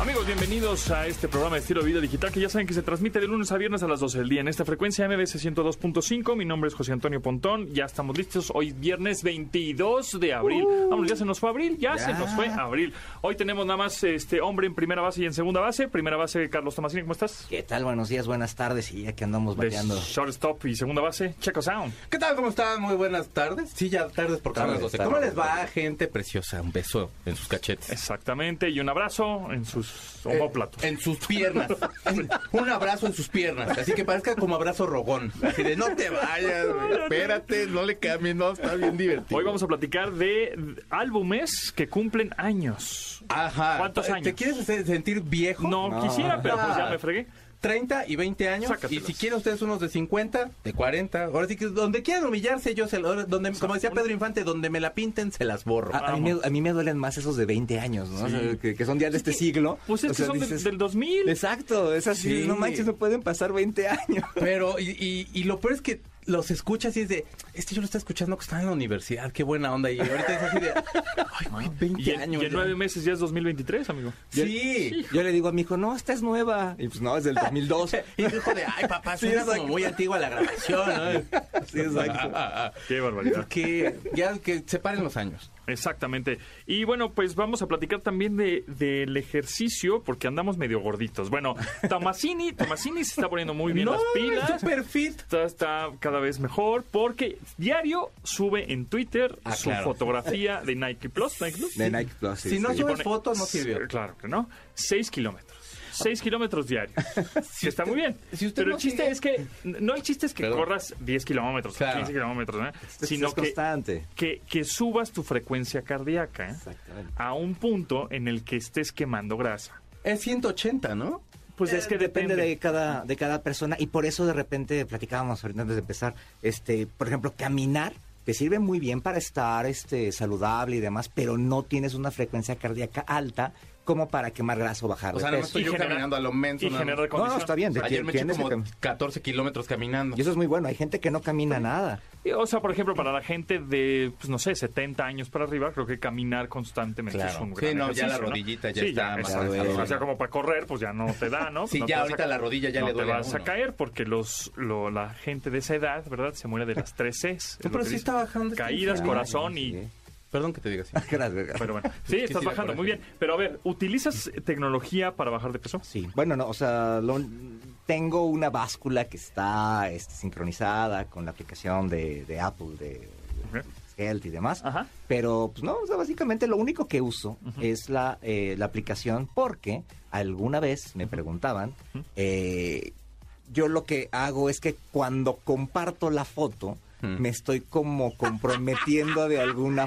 Amigos, bienvenidos a este programa de Estilo Vida Digital que ya saben que se transmite de lunes a viernes a las 12 del día en esta frecuencia MBS 102.5. Mi nombre es José Antonio Pontón. Ya estamos listos. Hoy viernes 22 de abril. Vamos, ya se nos fue abril. Ya, se nos fue abril. Hoy tenemos nada más este hombre en primera base y en segunda base. Primera base, Carlos Tomasini, ¿cómo estás? ¿Qué tal? Buenos días, buenas tardes y ya que andamos De bateando. shortstop y segunda base, Checo Sound. ¿Qué tal? ¿Cómo están? Muy buenas tardes. Sí, ya tardes porque son Tardes, las 12. tardes. ¿Cómo les va, gente preciosa? Un beso en sus cachetes. Exactamente. Y un abrazo en sus Eh, homóplatos. En sus piernas. Un abrazo en sus piernas. Así que parezca como abrazo rogón. Así de no te vayas, güey. espérate, no le cambies, no, está bien divertido. Hoy vamos a platicar de álbumes que cumplen años. Ajá. ¿Cuántos ¿Te años? quieres hacer sentir viejo? No, No. quisiera, pero pues ya Ah. me fregué. 30 y 20 años. Sácatelos. Y si quieren ustedes unos de 50, de 40. Ahora sí que donde quieran humillarse, yo se lo- donde, como decía Pedro Infante, donde me la pinten, se las borro. A, a mí me, a mí me duelen más esos de 20 años, ¿no? O sea, que, que son días de este siglo. Pues es O que sea, son de- dices- del 2000. Exacto, es así. Sí. No manches, no pueden pasar 20 años. Pero, y, y- y lo peor es que los escuchas y es de, este yo lo estaba escuchando que estaba en la universidad, qué buena onda. Y ahorita es así de, ay, güey, 20 Y en, años. y en ya. nueve meses ya es 2023, amigo. Sí. Yo le digo a mi hijo, no, esta es nueva. Y pues no, es del 2002. Y dijo de, ay, papá, Sí, suena exacto. como muy antigua la grabación. ¿no? sí, exacto. Qué barbaridad. Porque ya que separen los años. Exactamente. Y bueno, pues vamos a platicar también de- del ejercicio, porque andamos medio gorditos. Bueno, Tomasini, Tomasini se está poniendo muy bien no, las pilas. es super fit. Está, está cada vez mejor porque diario sube en Twitter Ah, su claro. fotografía de Nike Plus. Nike Plus. De Nike Plus. sí, si no sí. subes fotos, no sirvió. Sí, Claro que no. Seis kilómetros. Seis kilómetros diarios. Que está muy bien. si usted Pero no el chiste sigue- es que. No el chiste es que Perdón. corras 10 kilómetros, Claro. 15 kilómetros, ¿eh? Es- sino es que, constante. que, que subas tu frecuencia cardíaca ¿eh? Exactamente. a un punto en el que estés quemando grasa. Es 180, ¿no? Pues es que Eh, depende, depende. de cada de cada persona y por eso de repente platicábamos ahorita antes de empezar, este, por ejemplo, caminar te sirve muy bien para estar este saludable y demás, pero no tienes una frecuencia cardíaca alta como para quemar grasa o bajar O de sea, no peso. estoy yo genera- caminando a lo menso. y nada generar más. No, no, condición. está bien, de Ayer quien- me eché tienes que como cam- 14 kilómetros caminando. Y eso es muy bueno, hay gente que no camina nada. Eh, O sea, por ejemplo, para la gente de, pues no sé, 70 años para arriba, creo que caminar constantemente Claro. es un Sí, gran no, ya la ejercicio, ¿no? rodillita ya Sí, está más exacto. avanzada. O sea, como para correr, pues ya no te da, ¿no? Sí, No ya te vas ahorita a- la rodilla ya no le duele te a vas a uno. caer porque los lo- la gente de esa edad, ¿verdad? Se muere de las tres Cs. es lo pero que sí dicen. está bajando esta Caídas, enfermedad. corazón y... Perdón que te diga así. Gracias. Pero bueno, sí, que estás sí da bajando, coraje. muy bien. Pero a ver, ¿utilizas tecnología para bajar de peso? Sí, bueno, no, o sea, lo- tengo una báscula que está este, sincronizada con la aplicación de, de Apple, de, Ujú. de Health y demás. Ajá. Pero, pues no, o sea, básicamente lo único que uso es la, eh, la aplicación porque alguna vez me preguntaban, Ujú. eh, yo lo que hago es que cuando comparto la foto, Ujú. me estoy como comprometiendo de alguna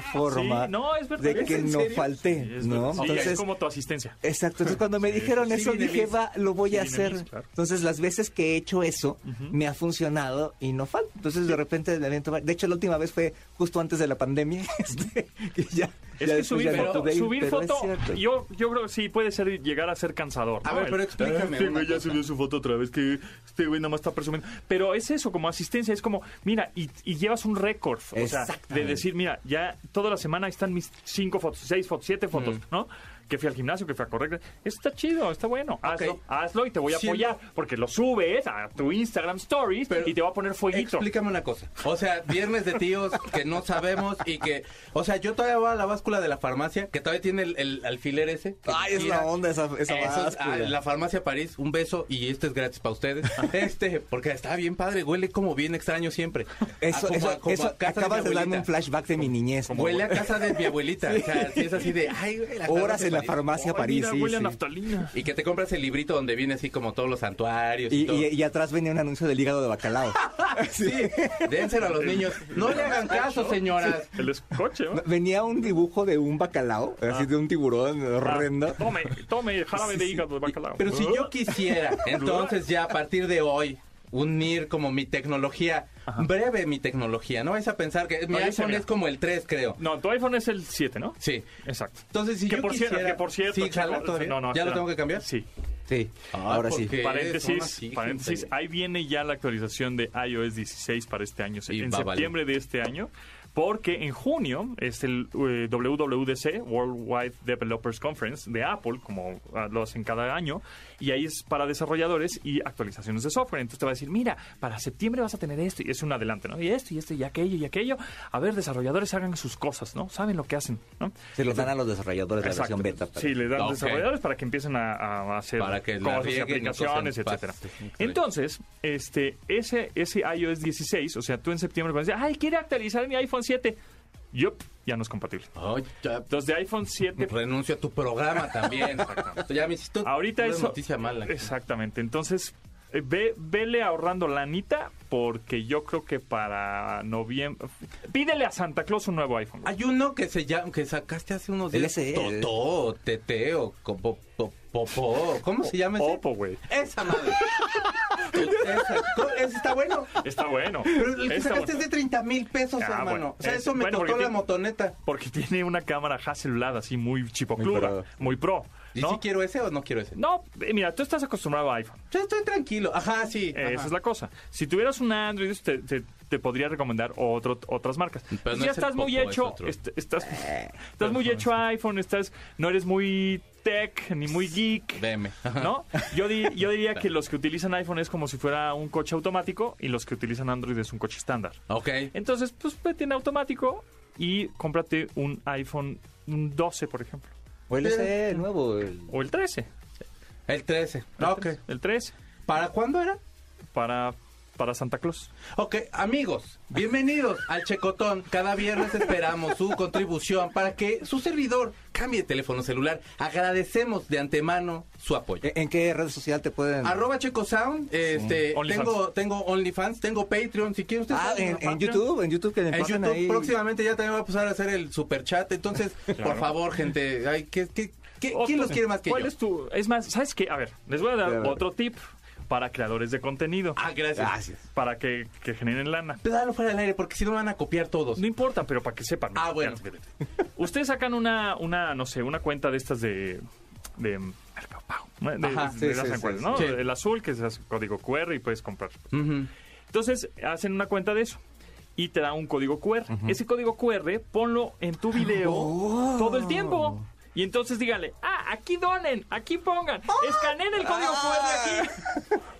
forma Sí, no, es verdad. de ¿Es que en no serio? falté, Sí, es ¿no? verdad. Sí, es como tu asistencia. Exacto, entonces cuando me dijeron sí, eso viene dije, bien. va, lo voy Sí, a viene hacer. bien, claro. Entonces las veces que he hecho eso Ujú. me ha funcionado y no falta. Entonces de repente le aviento, va- de hecho la última vez fue justo antes de la pandemia, este, que ya Es que ya después ya subir no foto, pude ir, subir pero es foto, cierto. yo, yo creo que sí puede ser llegar a ser cansador. A ¿no? ver, El- pero explícame Este una güey ya cosa. subió su foto otra vez, que este güey nada más está presumiendo. Pero es eso, como asistencia, es como, mira, y, y llevas un récord. O sea, de Exactamente. decir, mira, ya toda la semana están mis cinco fotos, seis fotos, siete fotos, Mm. ¿no? Que fui al gimnasio, que fui a correr. Eso está chido, está bueno. Hazlo, hazlo y te voy a Siendo- apoyar. Porque lo subes a tu Instagram Stories Pero- y te va a poner fueguito. Explícame una cosa. O sea, viernes de tíos que no sabemos y que. O sea, yo todavía voy a la báscula de la farmacia, que todavía tiene el, el alfiler ese. que Ay, es tira. la onda esa, esa Eso es- ah, báscula. la farmacia París, un beso y esto es gratis para ustedes. Este, porque está bien padre, huele como bien extraño siempre. Eso, Ah, como eso, a- como eso- a casa mi acabas de darme abuelita. un flashback de mi niñez. ¿no? Huele a casa de mi abuelita. O sea, sí es así de, ay, güey, la Horas en la farmacia farmacia París. Ay, París. mira, sí, huele a sí. naftalina. Y que te compras el librito donde viene así como todos los santuarios y, Y, todo. y- y atrás venía un anuncio del hígado de bacalao. Sí, dénselo a los niños. No le hagan caso, señoras. El escoche, ¿no? Venía un dibujo de un bacalao, así de un tiburón horrendo. Ah, Tome, tome jarabe de hígado de bacalao. Pero si yo quisiera, entonces ya a partir de hoy unir como mi tecnología, breve mi tecnología, no vais a pensar que mi No, ya se iPhone ve. es como el 3, creo. No, tu iPhone es el 7, ¿no? Sí. Exacto. Entonces si que, yo por cierto, quisiera- que por cierto, Sí, Checo, jalar todavía. no, no, ¿Ya lo espera. tengo que cambiar? Sí. Sí, Ah, ahora ¿por sí. qué? Son Paréntesis, así, paréntesis, gente. ahí viene ya la actualización de iOS 16 para este año, Y en va a valer. septiembre de este año, porque en junio es el eh, WWDC, Worldwide Developers Conference, de Apple, como ah, lo hacen cada año, y ahí es para desarrolladores y actualizaciones de software. Entonces te va a decir, mira, para septiembre vas a tener esto, y es un adelante, ¿no? Y esto, y esto, y aquello, y aquello. A ver, desarrolladores hagan sus cosas, ¿no? Saben lo que hacen, ¿no? Se los dan a los desarrolladores de la Exacto. versión beta. pero- Sí, le dan Ah, ok. desarrolladores para que empiecen a, a hacer Para que la cosas y rieguen y aplicaciones, entonces, etcétera. pas- ok. Entonces, este, ese, ese iOS 16, o sea, tú en septiembre vas a decir, ay, quiero actualizar mi iPhone 7. Yup, ya no es compatible. Ay, ya, Entonces, de iPhone 7 renuncio a tu programa también. Exactamente. ya me hiciste Ahorita una es noticia mala. Exactamente. Entonces, eh, ve, vele ahorrando lanita porque yo creo que para noviembre pídele a Santa Claus un nuevo iPhone. Hay uno que se llama, que sacaste hace unos días. LSE. Totó, teteo, copo, po- popó. ¿Cómo se llama ese? Oppo, güey. Esa madre. Esa, co- ese está bueno. Está bueno. Pero el que Está sacaste bueno. es de 30 mil pesos, Ah, hermano. bueno. o sea, Es- eso me bueno, tocó porque la tiene- motoneta. Porque tiene una cámara Hasselblad así muy chipocluda, muy pro. ¿Y ¿no? si quiero ese o no quiero ese? No, eh, mira, tú estás acostumbrado a iPhone. Yo estoy tranquilo. Ajá, sí. Eh, ajá. Esa es la cosa. Si tuvieras un Android, te, te- te podría recomendar otro, otras marcas. Pero si no ya es el estás muy Popo, es hecho, otro. est- estás, estás muy hecho a iPhone, estás, no eres muy tech ni muy geek. Veme. Ajá. ¿No? Yo, di- yo diría que los que utilizan iPhone es como si fuera un coche automático y los que utilizan Android es un coche estándar. Ok. Entonces, pues vete en automático y cómprate un iPhone un 12, por ejemplo, O el SE pues, nuevo. el- o el 13. El 13. El Ah, ok. 13, El 13 ¿Para cuándo era? para, para Santa Claus. Ok, amigos, bienvenidos al Checotón. Cada viernes esperamos su contribución para que su servidor cambie de teléfono celular. Agradecemos de antemano su apoyo. ¿En en qué red social te pueden...? Arroba Checosound, este, Mm, OnlyFans. tengo, tengo OnlyFans, tengo Patreon, si quiere usted. Ah, sabe, en, ¿no? en YouTube, en YouTube que le En pasen YouTube ahí. próximamente ya también va a pasar a hacer el super chat. Entonces, por favor, gente, ay, ¿qué- qué- qué- ¿quién los Otro- quiere más que ¿Cuál yo? es tu...? Es más, ¿sabes qué? A ver, les voy a dar A ver. otro tip para creadores de contenido, Ah, gracias. Gracias. para que, que generen lana. Pero dalo fuera del aire porque si no me van a copiar todos. No importa, pero para que sepan. Ah, bueno. Ustedes sacan una, una, no sé, una cuenta de estas de... de Mercado Pago, ¿no? de, Ajá, de- sí, de las sí, encuestas, sí, ¿no? sí. El azul, que es el código QR y puedes comprar. Ujú. Entonces, hacen una cuenta de eso y te da un código QR. Ese código QR, ponlo en tu video todo el tiempo. Y entonces díganle, ah, aquí donen, aquí pongan, escaneen el código QR aquí.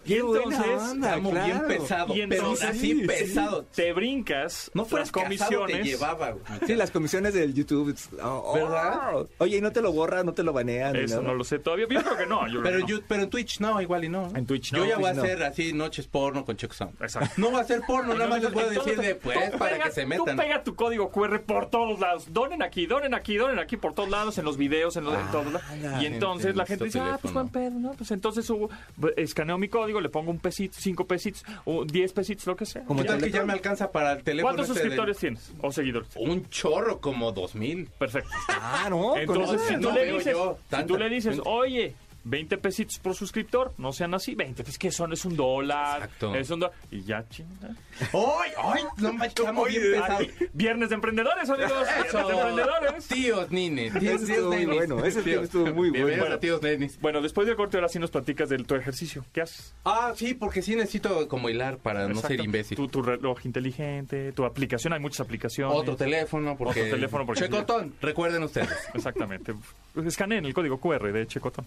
Y Qué buena entonces onda, Estamos bien claro. pesado, Y pero entonces- así sí, sí. pesado. te brincas No las fueras comisiones. Ah, te comisiones. llevaba, güey. Sí, las comisiones del YouTube. Oh, oh. ¿Verdad? Oye, y no te lo borra, no te lo banean. ni Eso nada? no lo sé todavía. Yo creo que no. yo creo Pero, que no. yo- pero en Twitch no, igual y no. En Twitch Yo no, ya voy a Twitch no. hacer así noches porno con Checo Sound. Exacto. No va a ser porno, nada más les voy a decir Entonces, después tú para pega- que se Tú metan. pega tu código QR por todos lados. Donen aquí, donen aquí, donen aquí por todos lados, en los videos, en, los, en todos lados. la Y entonces gente la gente dice, necesita ah, pues teléfono". buen pedo, ¿no? Pues entonces subo, b- escaneo mi código, le pongo un pesito, cinco pesitos, o diez pesitos, lo que sea. Como ¿Qué tal teléfono. que ya me alcanza para el teléfono? ¿Cuántos este del- suscriptores tienes o seguidores? Un chorro, como dos mil. Perfecto. Ah, no. Entonces, con- si no tú, le veo dices, yo si tanta tú le dices, gente. oye, 20 pesitos por suscriptor, no sean así, 20, pues que son, es un dólar, Exacto. es un dólar, y ya chinga. ¡Ay, ay! No manches, estamos bien pesados. Ay, Viernes de emprendedores, amigos, viernes de emprendedores. Tíos nines. Tíos, Ese estuvo muy nenis. bueno, ese Tíos. estuvo muy bueno. Bienvenidos a tíos nenis. Bueno, después del corte ahora sí nos platicas de tu ejercicio, ¿qué haces? Ah, sí, porque sí necesito como hilar para no ser Exacto. imbécil. Tu, tu reloj inteligente, tu aplicación, hay muchas aplicaciones. Otro teléfono, porque... Otro teléfono, porque- Checotón, recuerden ustedes. Exactamente. Escaneen el código QR de Checotón.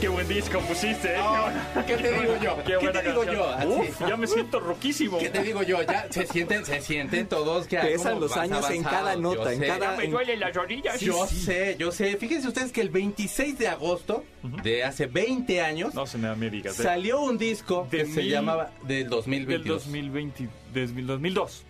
Qué buen disco pusiste, ¿eh? ¿Qué te digo yo? Qué ¿Qué buena te digo canción. yo? Así. Uf, ya me siento roquísimo. ¿Qué te digo yo? Ya se sienten, se sienten todos que Pesan los más años en cada avanzados, nota, yo en sé. cada- Me duelen las rodillas. yo sé, yo sé. Fíjense ustedes que el 26 de agosto de hace 20 años No se me, me digas. de- salió un disco de que se mil- llamaba del del 2022. 2020, desde el 2002.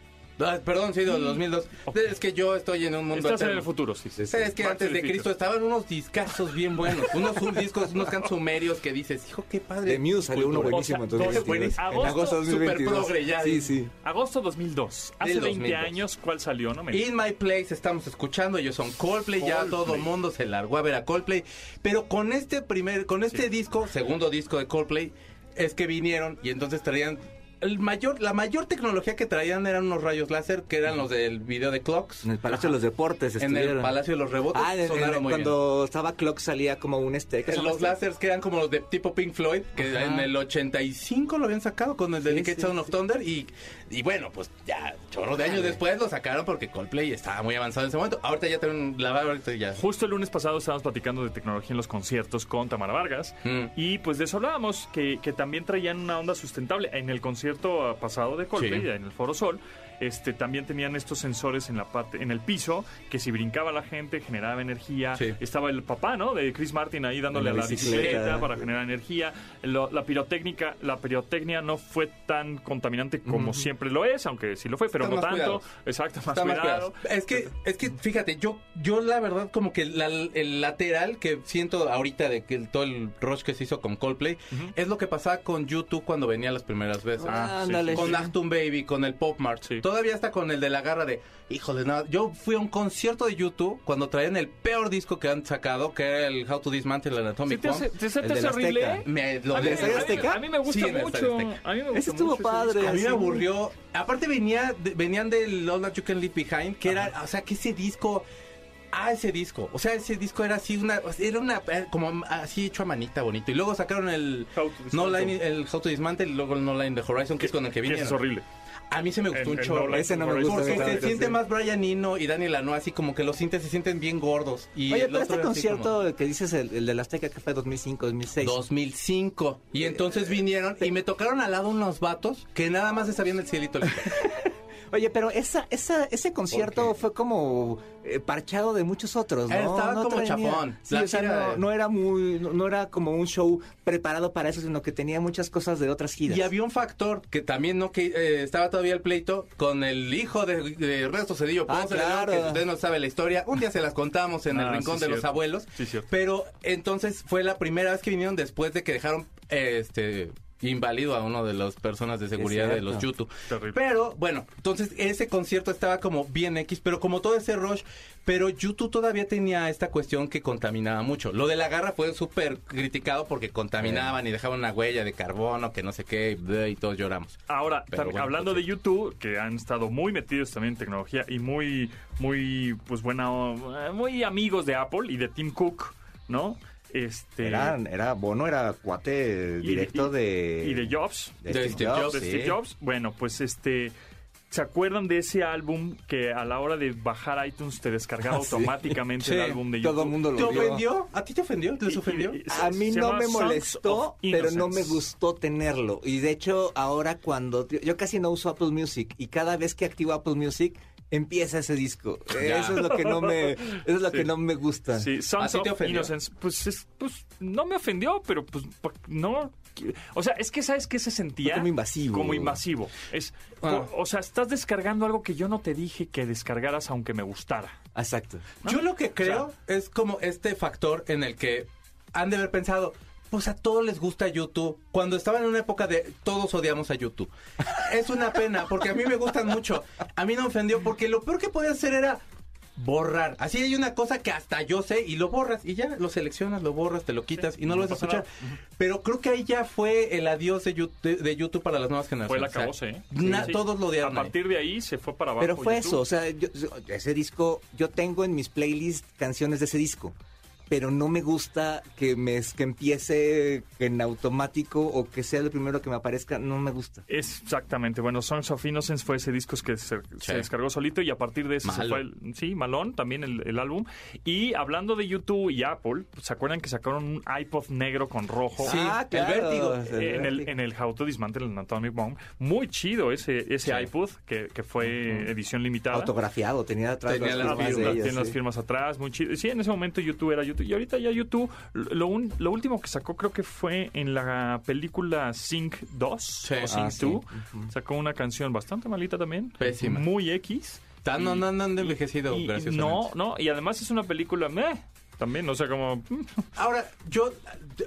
Ah, Perdón, sí, del 2002. Ok. Es que yo estoy en un mundo Estás en eterno. el futuro, sí. sí, sí. ¿Sabes que Back antes to de the Cristo Future. estaban unos discazos bien buenos? Unos subdiscos, unos cansumerios que dices, hijo, qué padre. De Muse salió uno Cultura. buenísimo O en sea, pues, 2022. buenísimo. En agosto de Agosto, super 2022. progre ya. Sí, sí. Agosto 2002. Hace Del 20 2002. años, ¿cuál salió? No me In My Place estamos escuchando, ellos son Coldplay, ya Coldplay. todo mundo se largó a ver a Coldplay, pero con este primer, con este disco, segundo disco de Coldplay, es que vinieron y entonces traían el mayor, la mayor tecnología que traían eran unos rayos láser, que eran los del video de Clocks, En el Palacio de los Deportes en el estuvieron. Palacio de los Rebotes, Ah, en- en- sonaron muy bien. cuando estaba Clock salía como un este. ¿qué se Los llama Los este? láseres que eran como los de tipo Pink Floyd, que Ajá. en el 85 lo habían sacado con el Delicate sí, Sound of Thunder. Y, y bueno, pues ya, chorro de años después lo sacaron porque Coldplay estaba muy avanzado en ese momento. Ahorita ya tienen la barba, ahorita ya. Justo el lunes pasado estábamos platicando de tecnología en los conciertos con Tamara Vargas Mm. y pues de eso hablábamos, que, que también traían una onda sustentable. En el concierto ah, pasado de Coldplay, Sí. en el Foro Sol, este, también tenían estos sensores en la parte, en el piso, que si brincaba la gente generaba energía. Sí. Estaba el papá, ¿no? De Chris Martin ahí dándole a En la la bicicleta, bicicleta. para generar energía. Lo- la pirotécnica, la pirotecnia no fue tan contaminante como siempre lo es, aunque sí lo fue, pero Está no más tanto. cuidado. Exacto, más Está más cuidado. cuidado. Pues- Es que, es que, fíjate, yo, yo la verdad como que la- el lateral que siento ahorita de que el- todo el rush que se hizo con Coldplay es lo que pasaba con YouTube cuando venía las primeras veces. Ah, sí, Ándale. con sí. Acton Baby, con el Pop Mart. Sí. Todavía está con el de la garra de, híjole, nada. Yo fui a un concierto de YouTube cuando traían el peor disco que han sacado, que era el How to Dismantle an Sí, Atomic te hace, Bomb. te hace- el te de hace la horrible, Azteca. ¿eh? Me lo A mí, ¿De Estadio a mí- Azteca? a mí me gusta Sí, en el mucho. Estadio Azteca. A mí me gusta Ese estuvo mucho padre. disco. A mí Sí. me aburrió. Aparte venía, de- venían del All That You Can Leave Behind, que era, o sea, que ese disco, ah, ese disco, o sea, ese disco era así una, era una, eh, como así hecho a manita bonito. Y luego sacaron el How to Dismantle. No Line, el How to Dismantle y luego el No Line de Horizon, que es con el que Que vinieron. es horrible. A mí se me El- gustó un el chorro. Nolan Ese no me Horizon. gusta. Porque se Justamente, siente sí. más Brian Eno y Daniel Lanois, así como que los sintes se sienten bien gordos. Y Oye, pero el otro este era así concierto como que dices, el, el de la Azteca, que fue 2005, 2006. 2005. Eh, Y entonces vinieron y me tocaron al lado unos vatos que nada más se sabían el cielito. libre. Oye, pero esa, esa, ese concierto ¿Por qué? fue como eh, parchado de muchos otros, ¿no? Ah, estaba No como chafón. Sí, La o sea, gira no, de- no era muy, no, no era como un show preparado para eso, sino que tenía muchas cosas de otras giras. Y había un factor que también no que eh, estaba todavía el pleito con el hijo de, de Ernesto Cedillo Ah, Ponce de León, claro. que si usted no sabe la historia, un día se las contamos en Ah, el rincón sí, de los cierto. abuelos. Sí, cierto. Pero entonces fue la primera vez que vinieron después de que dejaron eh, este inválido a uno de las personas de seguridad de los cierto. YouTube. Terrible. Pero bueno, entonces ese concierto estaba como bien X, pero como todo ese rush, pero YouTube todavía tenía esta cuestión que contaminaba mucho. Lo de la garra fue súper criticado porque contaminaban y dejaban una huella de carbono, que no sé qué, y, bleh, y todos lloramos. Ahora, tam- Pero bueno, hablando de pues sí. YouTube, que han estado muy metidos también en tecnología y muy, muy, pues buena, eh, muy amigos de Apple y de Tim Cook, ¿no? Este. Era, era Bono, era cuate y- directo y- de... Y de Jobs. de De Steve Steve Jobs, Jobs, de sí. Steve Jobs. Bueno, pues este. ¿Se acuerdan de ese álbum que a la hora de bajar iTunes te Ah, descargaba automáticamente el Sí, álbum de YouTube? Todo el mundo ¿Te lo vio. ofendió? ¿A ti te ofendió? ¿Te Y- y- ofendió? y- A mí se no llama me Songs of molestó, pero no me Innocence. gustó tenerlo. Y de hecho, ahora cuando... Yo casi no uso Apple Music y cada vez que activo Apple Music, empieza ese disco. Eh, Ya. Eso es lo que no me, eso es lo Sí. que no me gusta. Sí, ¿A Sons ti te of ofendió? Innocence. Pues, es- pues no me ofendió, pero pues pa- no. O sea, es que sabes que se sentía. Fue como invasivo. Como invasivo. Es, Ah. o, o sea, estás descargando algo que yo no te dije que descargaras aunque me gustara. Exacto. Yo lo que creo es como este factor en el que han de haber pensado, pues a todos les gusta YouTube. Cuando estaban en una época de todos odiamos a YouTube. Es una pena, porque a mí me gustan mucho. A mí no me ofendió, porque lo peor que podía hacer era borrar. Así hay una cosa que hasta yo sé y lo borras y ya lo seleccionas, lo borras, te lo quitas y no lo vas a pasa escuchar. Pero creo que ahí ya fue el adiós de YouTube, de, de YouTube para las nuevas Fue generaciones. el O sea, acabose, ¿eh? na- Sí. Todos lo A odiaron. ahí. partir de ahí se fue para abajo. Pero fue YouTube. eso, o sea, yo- yo- ese disco, yo tengo en mis playlists canciones de ese disco, pero no me gusta que me que empiece en automático o que sea lo primero que me aparezca, no me gusta. Exactamente. Bueno, Songs of Innocence fue ese disco que se, se descargó solito y a partir de eso se Malo. fue el- sí, Malón, también el, el álbum. Y hablando de YouTube y Apple, pues, ¿se acuerdan que sacaron un iPod negro con rojo? Sí, Ah, el vértigo. Eh, en, el, en el How to Dismantle an Atomic Bomb. Muy chido ese, ese Sí. iPod que, que fue edición limitada. autografiado, tenía atrás Tenía las las firmas de Tiene firmas, ellas, las sí. firmas atrás, muy chido. Sí, en ese momento YouTube era YouTube. YouTube. Y ahorita ya YouTube, lo, un- lo último que sacó creo que fue en la película Sync 2 o Sync Ah, sí. 2. Sacó una canción bastante malita también. Pésima. Muy X. Tan, no, no, no han envejecido, Y- y gracias. no, no, y además es una película meh, también, o sea, como... mm. Ahora, yo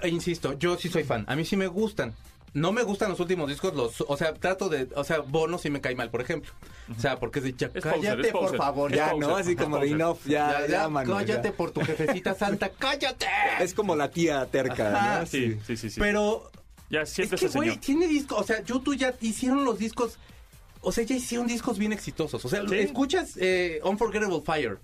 eh, insisto, yo sí soy fan. A mí sí me gustan. No me gustan los últimos discos, los, o sea, trato de, o sea, Bono sí me cae mal, por ejemplo. O sea, porque es de, ya, Es cállate, poser, es por poser. favor, Es ya, Ya, ¿no? pausa, Así como de pausa. enough, ya, ya, mano, ya. cállate por tu jefecita santa, cállate. Es como la tía terca, Ajá, ¿no? Sí, sí, sí, sí. Pero ya siente es que, ese señor. güey, tiene discos. O sea, YouTube ya hicieron los discos. O sea, ya hicieron discos bien exitosos. O sea, Sí. escuchas eh, Unforgettable Fire.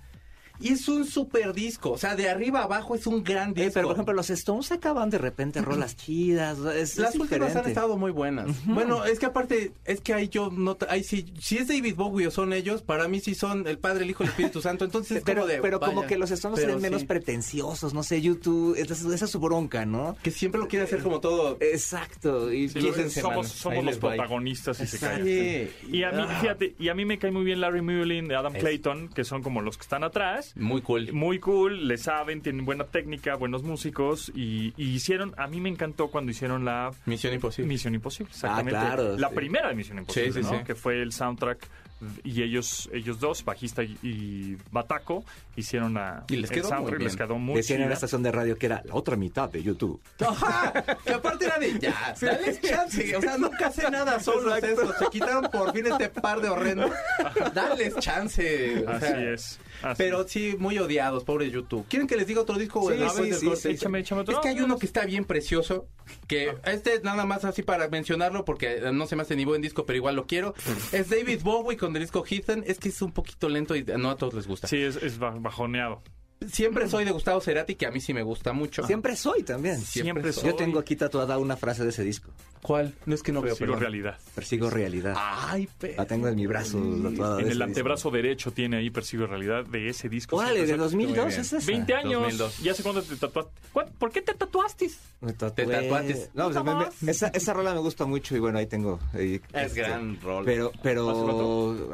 Y es un super disco. O sea, de arriba a abajo es un gran Eh, disco. pero por ejemplo, los Stones sacaban de repente rolas chidas. Es, las es últimas han diferente. estado muy buenas. Bueno, es que aparte, es que ahí yo no. t- Ahí sí, si es David Bowie o son ellos, para mí sí son el Padre, el Hijo y el Espíritu Santo. Entonces, es Pero, como de. pero pues, como vaya, que los Stones pero eran menos sí. pretenciosos, no sé, YouTube, esa es, esa es su bronca, ¿no? Que siempre lo quiere hacer como todo. eh, Exacto. Y Sí, lo- piensen- quince somos semanas. somos Ahí los les va. protagonistas y se Exacto. callan. Y a mí, Ah. fíjate, y a mí me cae muy bien Larry Mullen, Adam Es- Clayton, que son como los que están atrás. Muy cool. Muy cool, le saben, tienen buena técnica, buenos músicos y, y hicieron, a mí me encantó cuando hicieron la Misión imposible. Misión Imposible, exactamente. claro, la sí. primera de Misión Imposible, Ah, Sí, sí, ¿no? sí. Que fue el soundtrack y ellos ellos dos, bajista y, y bataco, hicieron la, Y les el quedó muy soundtrack, bien. les quedó muy Decían en la chida. estación de radio que era la otra mitad de YouTube. Ajá, que aparte era de ya, dale chance, o sea, nunca hace nada solo esto, se quitaron por fin este par de horrendos, dales chance. o sea. Así es. así Pero es. sí, muy odiados, pobre YouTube. ¿Quieren que les diga otro disco? güey? Sí, Después sí, del sí, corte. sí, échame, échame otro. Es que hay uno que está bien precioso, que este es nada más así para mencionarlo, porque eh, no se me hace ni buen disco, pero igual lo quiero. Es David Bowie con el disco Heathen, es que es un poquito lento y eh, no a todos les gusta. Sí, es, es ba- bajoneado. Siempre soy de Gustavo Cerati, que a mí sí me gusta mucho. Siempre soy también. Siempre, soy. Yo tengo aquí tatuada una frase de ese disco. ¿Cuál? No es que no veo, Sigo perdón. realidad. Persigo realidad. Ay, pero... La tengo en mi brazo tatuada. En de Ah, ese el disco. antebrazo derecho tiene ahí Persigo Realidad de ese disco. Órale, de 2002 es esa. 20 años. 2002. Ya sé cuándo te tatuaste. ¿Cuán- ¿Por qué te tatuaste? Me Te tatué. tatuaste. No, o sea, me- me- Nada más. esa, esa rola me gusta mucho y bueno, ahí tengo. ahí, Es este, gran rol. Pero, ¿Hace pero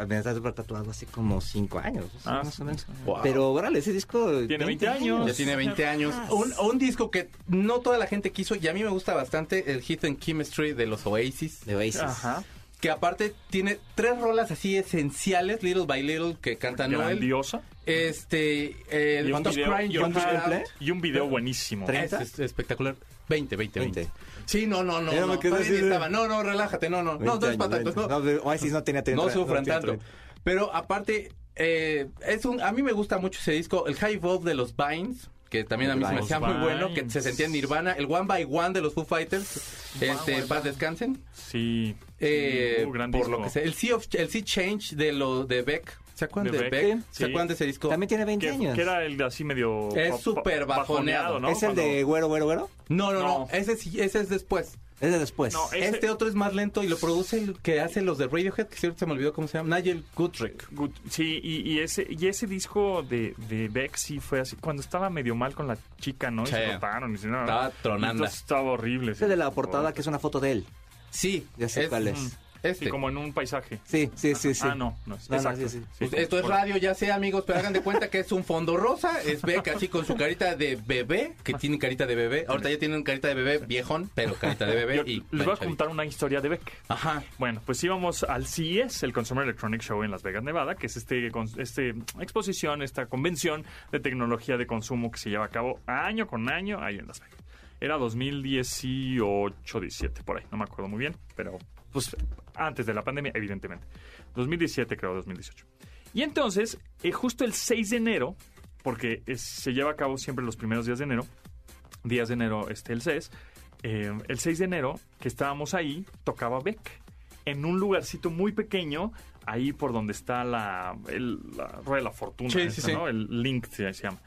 me has tatuado hace como 5 años, o sea, Ah, más o menos. Wow. Pero órale, ese disco. Tiene 20 años. Ya tiene 20 años. Un, un disco que no toda la gente quiso y a mí me gusta bastante, el Hit and Chemistry de los Oasis. De Oasis. Ajá. Que aparte tiene tres rolas así esenciales, Little by Little, que canta Noel. Grandiosa. Este, eh, Y un Stop video- Crying y Your un Heart video- Out. Y un video buenísimo. Tre- Es, es espectacular. 20, 20, 20. 20. Sí, no, no, no. Ya No, me quedé todavía ni así de- estaba. no, no, relájate, no, no. No, no es para tanto, no. Oasis no tenía 30. no sufran tiene tanto. 30. Pero aparte, eh, es un, a mí me gusta mucho ese disco, el High Evolve de los Vines, que también a mí se me Los hacía muy bueno, que Vines. se sentía en Nirvana, el One by One de los Foo Fighters, este, paz descansen, Sí. eh, Sí, uh, gran por disco. lo que sea, el Sea, of, el sea Change de lo de Beck, ¿se acuerdan De de, Beck, Beck? sí. ¿Se acuerdan de ese disco? También tiene 20 Que, años. que era el de así medio. Es pa- pa- súper bajoneado. ¿no? ¿Es el de Güero, Güero, Güero? No, no, no, No. ese, sí- ese es después. Es de después. No, es- Ese- Este otro es más lento y lo produce el que hace los de Radiohead, que cierto se me olvidó cómo se llama, Nigel Goodrick. Good- Sí, y, y ese, y ese disco de, de Beck sí fue así. Cuando estaba medio mal con la chica, ¿no? Y Sí. se rotaron. Y, se- no, Estaba no. tronanda. Entonces estaba horrible. Ese de la portada que es una foto de él. Sí, Ya sé cuál es. Este. Sí, como en un paisaje. Sí, sí, sí, sí. Ah, no, no es. No, no, exacto. sí, sí. Sí, Pues esto es por- radio, ya sé, amigos, pero hagan de cuenta que es un fondo rosa. Es Beck así con su carita de bebé, que tiene carita de bebé. Ahorita ya tienen carita de bebé viejón, pero carita de bebé. Yo y les voy a chavito. contar una historia de Beck. Ajá. Bueno, pues íbamos al CES, el Consumer Electronic Show en Las Vegas, Nevada, que es este, con- este exposición, esta convención de tecnología de consumo que se lleva a cabo año con año ahí en Las Vegas. Era 2018, 17, por ahí, no me acuerdo muy bien, pero pues antes de la pandemia, evidentemente. 2017 creo, 2018. Y entonces, eh, justo el 6 de enero, porque es- se lleva a cabo siempre los primeros días de enero, días de enero este, el CES, eh, el 6 de enero, que estábamos ahí, tocaba Beck en un lugarcito muy pequeño, ahí por donde está la, el- la rueda de la fortuna, Sí, esa, sí, sí. ¿no? el link se, se llama.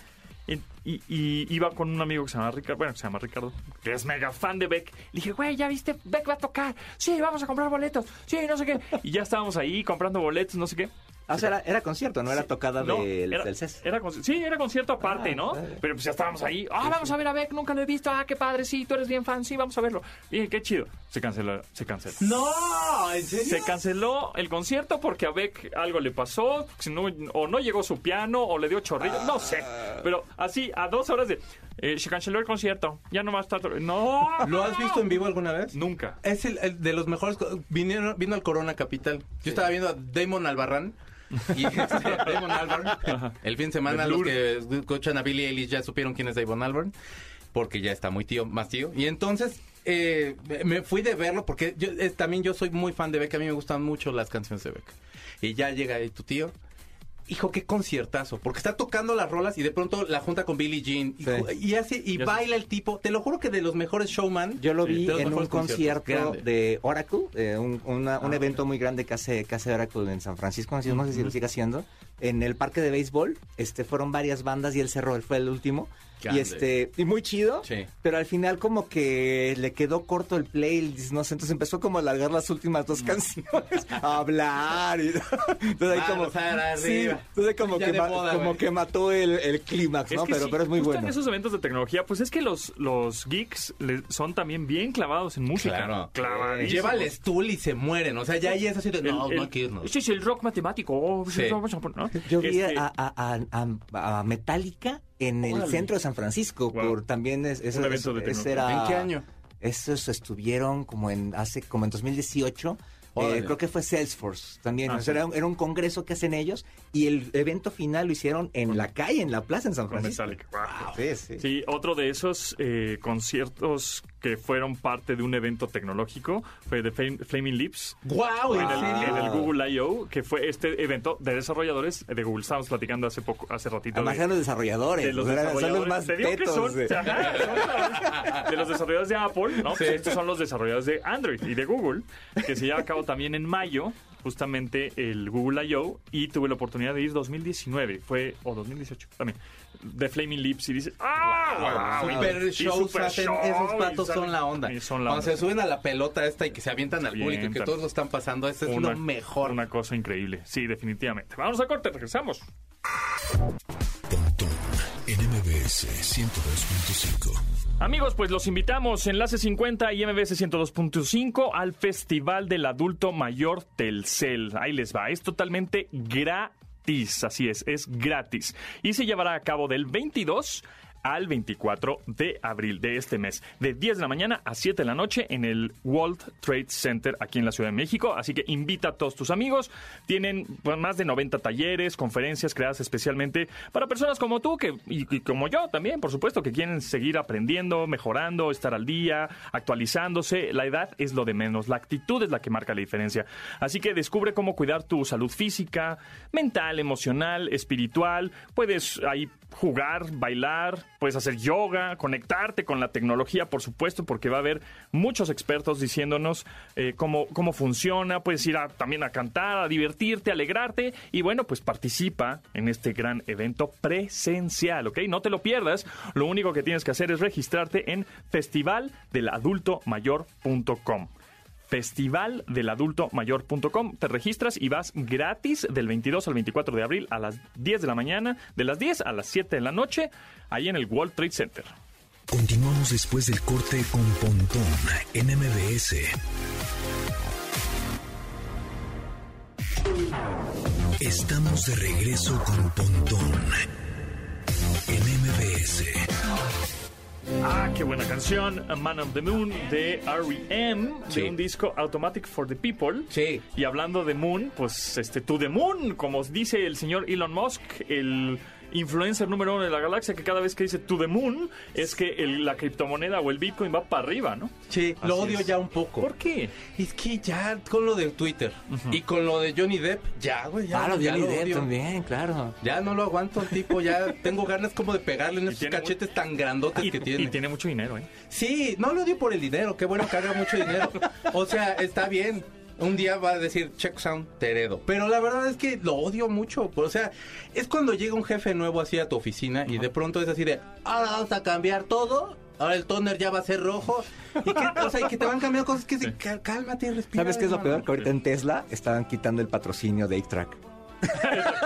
Y, y- y iba con un amigo que se llama Ricardo, bueno, que se llama Ricardo, que es mega fan de Beck. Le dije, güey, ya viste, Beck va a tocar. Sí, vamos a comprar boletos. Sí, no sé qué. Y ya estábamos ahí comprando boletos, no sé qué. Ah, o sea, era, era concierto, no era tocada No, del, era- del CES. era conci- sí, era concierto aparte, Ah, ¿no? claro. Pero pues ya estábamos ahí. Ah, vamos a ver a Beck, nunca lo he visto. Ah, qué padre, sí, tú eres bien fan, sí, vamos a verlo. Dije, qué chido. Se canceló, se canceló. ¡No! ¿En serio? Se canceló el concierto porque a Beck algo le pasó, si no- o no llegó su piano, o le dio chorrillo, no sé. Ah. Pero así, a dos horas de. eh, se canceló el concierto. Ya no va a estar. ¡No! ¿Lo has visto en vivo alguna vez? Nunca. Es el, el de los mejores. co- Vinieron, vino al Corona Capital. Yo estaba viendo a Damon Albarrán. Y este, Damon Albarn. El fin de semana, De los Blur. que escuchan a Billy Eilish ya supieron quién es Damon Albarn. Porque ya está muy tío, más tío. Y entonces eh, me fui de verlo porque yo, eh, también yo soy muy fan de Beck. A mí me gustan mucho las canciones de Beck. Y ya llega ahí tu tío. Hijo, qué conciertazo, porque está tocando las rolas y de pronto la junta con Billie Jean y, Sí. y hace y Ya sé. baila el tipo. Te lo juro que de los mejores showman Yo lo Sí, vi de los en un mejores conciertos, concierto grande. de Oracle, eh, un, una- un Ah, evento muy grande que hace, que hace Oracle en San Francisco, no sé, no sé si lo sigue haciendo, en el parque de béisbol, este, fueron varias bandas y él cerró, él fue el último. Grande. Y este, y muy chido, Sí. pero al final como que le quedó corto el play, no sé, entonces empezó como a alargar las últimas Mm. dos canciones, a hablar y entonces ahí como, Vamos para sí, arriba. entonces como, Ya que, de ma- moda, como güey. que mató el, el clímax, ¿no? que pero, sí, pero es muy justo bueno. en esos eventos de tecnología, pues es que los, los geeks le- son también bien clavados en música. Claro. Clavadísimos. Lleva el stool y se mueren. O sea, ya ahí es así de, El- no, el- no hay que irnos. Este es el rock matemático. Oh, Sí. vamos a poner- ¿no? Yo vi Este, a, a- a- a- a Metallica en el Órale. centro de San Francisco. Wow. Por, también es, eso- Un evento eso- de eso tecnología. era- ¿En qué año? Esos estuvieron como en hace como en 2018. eh, Órale. creo que fue Salesforce también. Ah, o sea, sí. era, un, era un congreso que hacen ellos y el evento final lo hicieron en la calle, en la plaza en San con Francisco. Ah, Metallica. Wow. Sí, sí. Sí, otro de esos eh, conciertos que fueron parte de un evento tecnológico fue de Flam- Flaming Lips. ¡Guau! en ¿En el, en serio? el Google I.O., que fue este evento de desarrolladores de Google. Estábamos platicando hace poco, hace ratito. Además de- eran los Ah, desarrolladores. de los o sea, eran- desarrolladores. Son los más Te digo que tetos. son- eh. ajá, son- de los desarrolladores de Apple, ¿no? Pues estos son los desarrolladores de Android y de Google, que se lleva a cabo también en mayo, justamente el Google I.O. Y tuve la oportunidad de ir 2019, fue, o 2018 también, de Flaming Lips. Y dices, ¡ah! wow! Super Y shows super hacen, show, esos y patos salen- son la onda. y son la Cuando onda. se suben a la pelota esta y que se avientan al público y que Avientan. todos lo están pasando, eso es Una- lo mejor. Una cosa increíble. Sí, definitivamente. Vamos a corte, regresamos. Pontón en MBS 102.5. Amigos, pues los invitamos, Enlace 50 y MBS 102.5 al Festival del Adulto Mayor Telcel. Ahí les va, es totalmente gratis, así es, es gratis. Y se llevará a cabo del 22 al 24 de abril de este mes, de 10 de la mañana a 7 de la noche en el World Trade Center aquí en la Ciudad de México. Así que invita a todos tus amigos. Tienen pues, más de 90 talleres, conferencias creadas especialmente para personas como tú que, y, y como yo también, por supuesto, que quieren seguir aprendiendo, mejorando, estar al día, actualizándose. La edad es lo de menos, la actitud es la que marca la diferencia. Así que descubre cómo cuidar tu salud física, mental, emocional, espiritual. Puedes ahí jugar, bailar, puedes hacer yoga, conectarte con la tecnología, por supuesto, porque va a haber muchos expertos diciéndonos eh, cómo, cómo funciona, puedes ir a- también a cantar, a divertirte, a alegrarte y bueno, pues participa en este gran evento presencial, ¿ok? No te lo pierdas, lo único que tienes que hacer es registrarte en festivaldeladultomayor.com festivaldeladultomayor.com. Te registras y vas gratis del 22 al 24 de abril a las 10 de la mañana, de las 10 a las 7 de la noche, ahí en el World Trade Center. Continuamos después del corte con Pontón en MBS. Estamos de regreso con Pontón en MBS. Ah, qué buena canción, A Man of the Moon de R.E.M. Sí. de un disco Automatic for the People. Sí. Y hablando de Moon, pues este To the Moon, como dice el señor Elon Musk, el influencer número uno de la galaxia, que cada vez que dice To the Moon es que el- la criptomoneda o el Bitcoin va para arriba, ¿no? Sí, lo Así odio es. ya un poco. ¿Por qué? Es que ya con lo del Twitter y con lo de Johnny Depp, ya, güey, ya, Ah, lo ya vi lo odio. también, claro. Ya no lo aguanto, el tipo, ya tengo ganas como de pegarle en esos tiene mu- cachetes tan grandotes Y, que tiene. y tiene mucho dinero, ¿eh? Sí, no lo odio por el dinero, qué bueno que haga mucho dinero. O sea, está bien. Un día va a decir check sound Teredo. Pero la verdad es que lo odio mucho. O sea, es cuando llega un jefe nuevo así a tu oficina y de pronto es así de ahora vamos a cambiar todo. Ahora el toner ya va a ser rojo. Y que, o sea, y que te van cambiando cosas que es de, "Cá- cálmate, respira. ¿Sabes qué es lo hermano". peor? Que ahorita en Tesla estaban quitando el patrocinio de A-Track.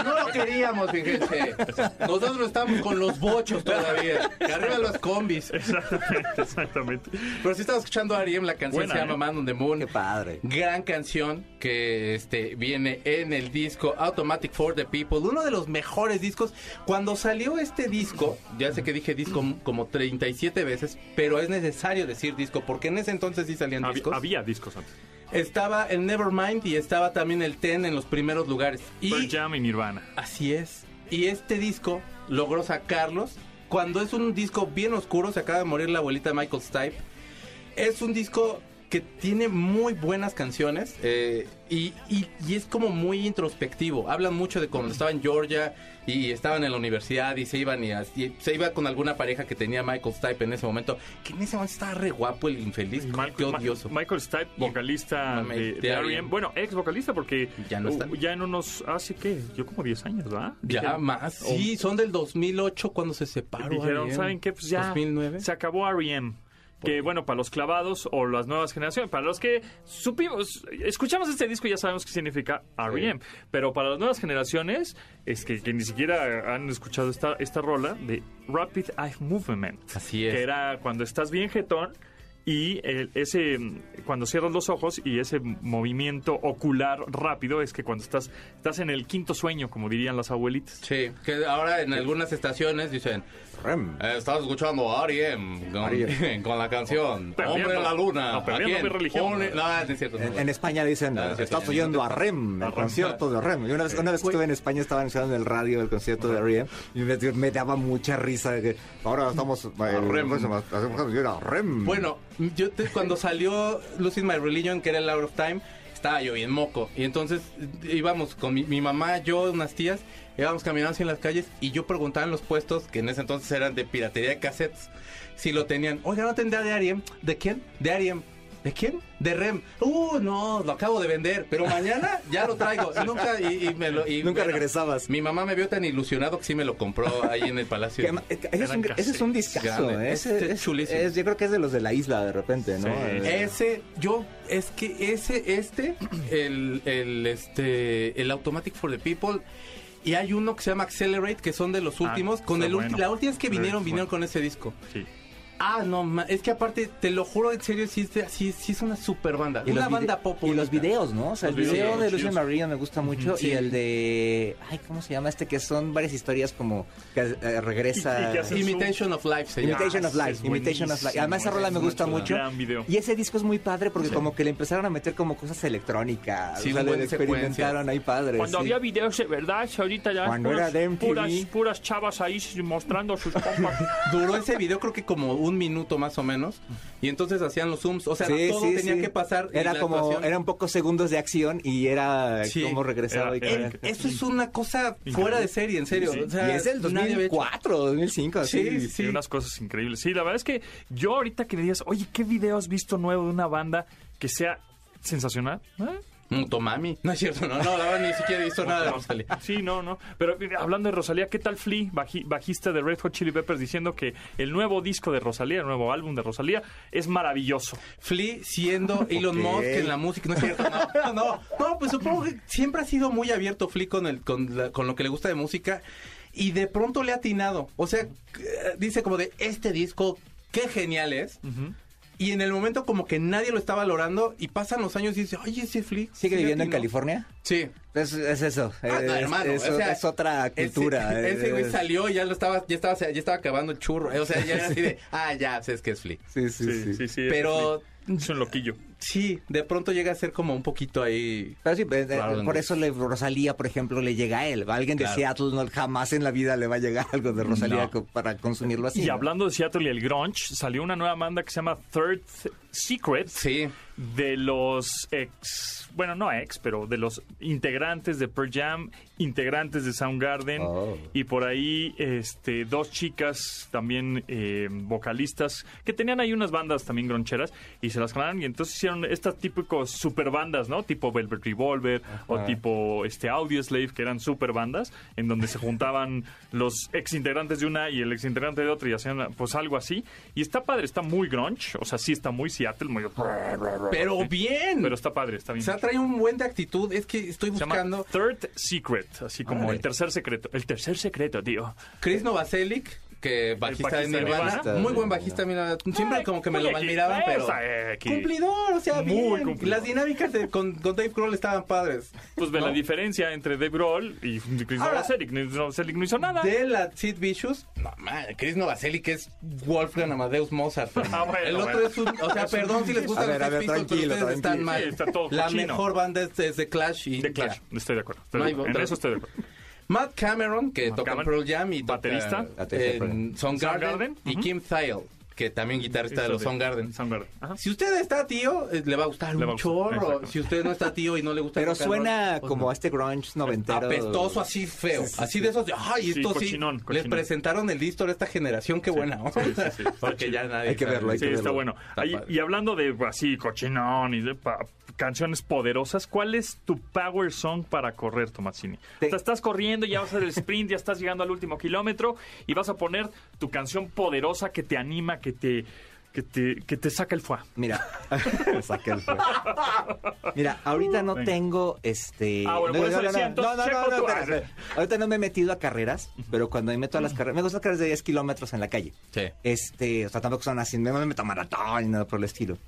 No lo queríamos, fíjense. Nosotros estamos con los bochos todavía. Que arriba los combis. Exactamente, exactamente. Pero sí estamos escuchando a Ariem, la canción Buena, se ¿eh? llama Man on the Moon. Qué padre. Gran canción que este, viene en el disco Automatic for the People, uno de los mejores discos. Cuando salió este disco, ya sé que dije disco como 37 veces, pero es necesario decir disco porque en ese entonces sí salían Había, discos. había discos antes. Estaba el Nevermind y estaba también el Ten en los primeros lugares. Y Pearl Jam y Nirvana. Así es. Y este disco logró sacarlos cuando es un disco bien oscuro. Se acaba de morir la abuelita Michael Stipe. Es un disco que tiene muy buenas canciones eh, y, y- y es como muy introspectivo. Hablan mucho de cuando estaba en Georgia y estaban en la universidad y se iban y, así- se iba con alguna pareja que tenía Michael Stipe en ese momento. Que en ese momento estaba re guapo el infeliz. Y qué Michael, Ma- odioso. Michael Stipe, vocalista Mame- de, de de R.E.M.. R.E.M.. Bueno, ex vocalista porque Ya no está. uh, ya en unos, hace que, yo como 10 años, ¿verdad? ya Dijeron- más. o- Sí, son del 2008 cuando se separó. Dijeron, R.E.M.. ¿saben qué? Pues ya 2009. se acabó R.E.M. Que bueno, para los clavados o las nuevas generaciones, para los que supimos, escuchamos este disco y ya sabemos qué significa R.E.M. Pero para las nuevas generaciones, es que, que ni siquiera han escuchado esta, esta rola de Rapid Eye Movement. Así es. Que era cuando estás bien jetón y el- ese, mm, cuando cierras los ojos y ese movimiento ocular rápido es que cuando estás, estás en el quinto sueño, como dirían las abuelitas. Sí, que ahora en algunas estaciones dicen, Rem. eh, estás escuchando a R.E.M. con, E R.E.M.. con la canción Perdiendo- Hombre en la Luna. no, perdiendo ¿A quién? mi religión. Only- No, no es cierto. no. En, en España dicen, Ah, sí, estás sí, oyendo a Rem, el concierto de Rem. Y una vez, una vez que estuve en España, estaba anunciando en el radio el concierto de Rem. Y me, me daba mucha risa. de que ahora estamos. eh, Rem. pues, hacemos canción a Rem. Bueno, yo te- cuando salió Losing My Religion, que era el Out of Time, estaba yo bien moco. Y entonces eh, íbamos con mi, mi mamá, yo, unas tías, íbamos caminando así en las calles y yo preguntaba en los puestos, que en ese entonces eran de piratería de cassettes, si lo tenían. Oiga, ¿no tendrá de Ariem? ¿De quién? De Ariem. ¿De quién? De Rem. Uh, no, lo acabo de vender, pero mañana ya lo traigo. Y Nunca, y, y me lo- y Nunca bueno, regresabas. Mi mamá me vio tan ilusionado que sí me lo compró ahí en el palacio. Que ama- eh, ese, es un, Eran ese es un cassettes. discazo. Grande. eh, ese- Este es- chulísimo. es- yo creo que es de los de la isla de repente, ¿no? Sí. Eh, Ese, yo, es que ese, este, el, el, este, el Automatic for the People. Y hay uno que se llama Accelerate, que son de los Ah, últimos. con está el ulti- bueno. La última vez que Muy vinieron, bueno. vinieron con ese disco. Sí. Ah, no, ma- es que aparte, te lo juro, en serio, sí, es de- sí, sí es una super banda. Y una los banda vide- pop. Y los única. videos, ¿no? O sea, el Los videos video son de chidos. Lucian María me gusta mucho. Ujú, sí. Y el de. Ay, ¿cómo se llama este? Que son varias historias como. Que eh, regresa. Y- y que hace- Imitation of Life se llama. Imitation Ah, of ese Life. es Imitation of Life. buenísimo, Además, esa rola es me una gusta chulada. mucho. Gran video. Y ese disco es muy padre porque, como que le empezaron a meter como cosas electrónicas. Sí, o sea, un buen le experimentaron secuencia. ahí padre. Cuando sí. había videos de verdad, ahorita ya Cuando puras, era de MTV. puras, puras chavas ahí mostrando sus pompas. Duró ese video creo que como un minuto más o menos. Y entonces hacían los zooms. O sea, Sí, todo sí, tenía sí. que pasar. y Era la como. actuación- Eran pocos segundos de acción y era Sí, como regresaba. era- y, era- Eh, Eso es una cosa fuera de serie, en serio. Sí, sí. O sea, y es del nadie había hecho- 2004, 2005. Sí, Sí, sí. Y unas cosas increíbles. Sí, la verdad es que yo ahorita que me digas, oye, ¿qué video has visto nuevo de una banda que sea sensacional? ¿Eh? Motomami. No es cierto, no, no, la verdad ni siquiera he visto nada de Rosalía. Sí, no, no. Pero mira, hablando de Rosalía, ¿qué tal Flea, baji- bajista de Red Hot Chili Peppers, diciendo que el nuevo disco de Rosalía, el nuevo álbum de Rosalía, es maravilloso? Flea siendo Elon Ok. Musk en la música, no es cierto, no, no, no, pues supongo que siempre ha sido muy abierto Flea con, el, con, la- con lo que le gusta de música y de pronto le ha atinado, o sea, eh, dice como de este disco, qué genial es, y en el momento como que nadie lo está valorando y pasan los años y dice, oye, ese Flea. sí ¿Sigue le viviendo en atinó". California? Sí. Es, es eso. Ah, es, no, hermano, es- o sea, es otra Ese- cultura. Ese, es- güey salió y ya lo estaba, ya estaba, ya estaba acabando el churro. eh, O sea, ya era así de, ah, ya, sé que es Flea. Sí, sí, sí. es Pero Flea. Es un loquillo. sí, de pronto llega a ser como un poquito ahí. Pero sí, pues, eh, Claro, por no. eso le- Rosalía, por ejemplo, le llega a él. Alguien de Claro. Seattle no, jamás en la vida le va a llegar algo de Rosalía No. co- para consumirlo así. Y ¿no? hablando de Seattle y el grunge, salió una nueva banda que se llama Third Secret. Sí. de los ex, bueno, no ex, pero de los integrantes de Pearl Jam, integrantes de Soundgarden Oh. y por ahí este dos chicas también eh, vocalistas que tenían ahí unas bandas también groncheras y se las jalaron y entonces hicieron estas típicos super bandas, ¿no? Tipo Velvet Revolver o tipo este Audioslave que eran super bandas en donde se juntaban los ex integrantes de una y el ex integrante de otra y hacían pues algo así y está padre, está muy grunge, o sea, sí está muy Seattle, muy Pero ¿sí? bien. Pero está padre, está O bien. sea, trae un buen de actitud. Es que estoy Se llama buscando. Third Secret, así como Órale. el tercer secreto. El tercer secreto, tío. Chris Novoselic, que bajista de bajista de Nirvana. Nirvana. Muy buen bajista, mira. Siempre Ay, como que me muy lo aquí, admiraban, pero. esa, eh, aquí. Cumplidor, o sea, Muy bien. cumplidor. Las dinámicas de- con, con Dave Grohl estaban padres. Pues ve ¿no? la diferencia entre Dave Grohl y Chris Ahora- Novoselic. Novoselic no hizo nada. De la Sid Vicious, no man, Chris Novoselic es Wolfgang Amadeus Mozart. hermano. Ah, bueno, el otro bueno. es un, o sea, perdón si les gustan A ver, los a ver, Sex Pistols, pero tranquilo, ustedes están tranquilo. mal. Sí, está todo la cochino. mejor banda es, es The Clash y De Clash, ya. estoy de acuerdo. estoy No de hay acuerdo. En otra. eso estoy de acuerdo. Matt Cameron, que Matt toca en Cameron, Pearl Jam y toca baterista. en Soundgarden, Soundgarden, y ujú. Mm, Kim Thayil, que también guitarrista de los Soundgarden. Soundgarden. Ajá. Si usted está tío, eh, le va a gustar Le va un a gustar, chorro. exactamente. Si usted no está tío y no le gusta el Pero rock and suena roll, pues como no. a este grunge noventero. apestoso, así feo. Así de esos. de, Ay, Sí, esto sí. cochinón, Les cochinón. presentaron el distor a esta generación. Qué buena. onda. sí, está Porque chido. ya nadie. Hay que sabe. verlo, hay Sí, que está verlo. bueno. Está Ahí- padre. y hablando de pues, así, cochinón y de pa- canciones poderosas, ¿cuál es tu power song para correr, Tomasini? Te- O sea, estás corriendo, ya vas a hacer el sprint, ya estás llegando al último kilómetro y vas a poner tu canción poderosa que te anima, que te, que te, que te saca el fuá. Mira, Me saqué el fuego. Mira, ahorita no Venga. tengo este. Ah, bueno, no, por eso no, no, decía, no, no, entonces, no, checo no, tú. espera, espera. Ahorita no me he metido a carreras, pero cuando me meto a las carreras, me gustan las carreras de 10 kilómetros en la calle. Sí. Este, o sea, tampoco son así, no me meto a maratón ni nada por el estilo.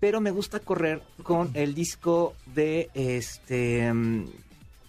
Pero me gusta correr con el disco de este. mm,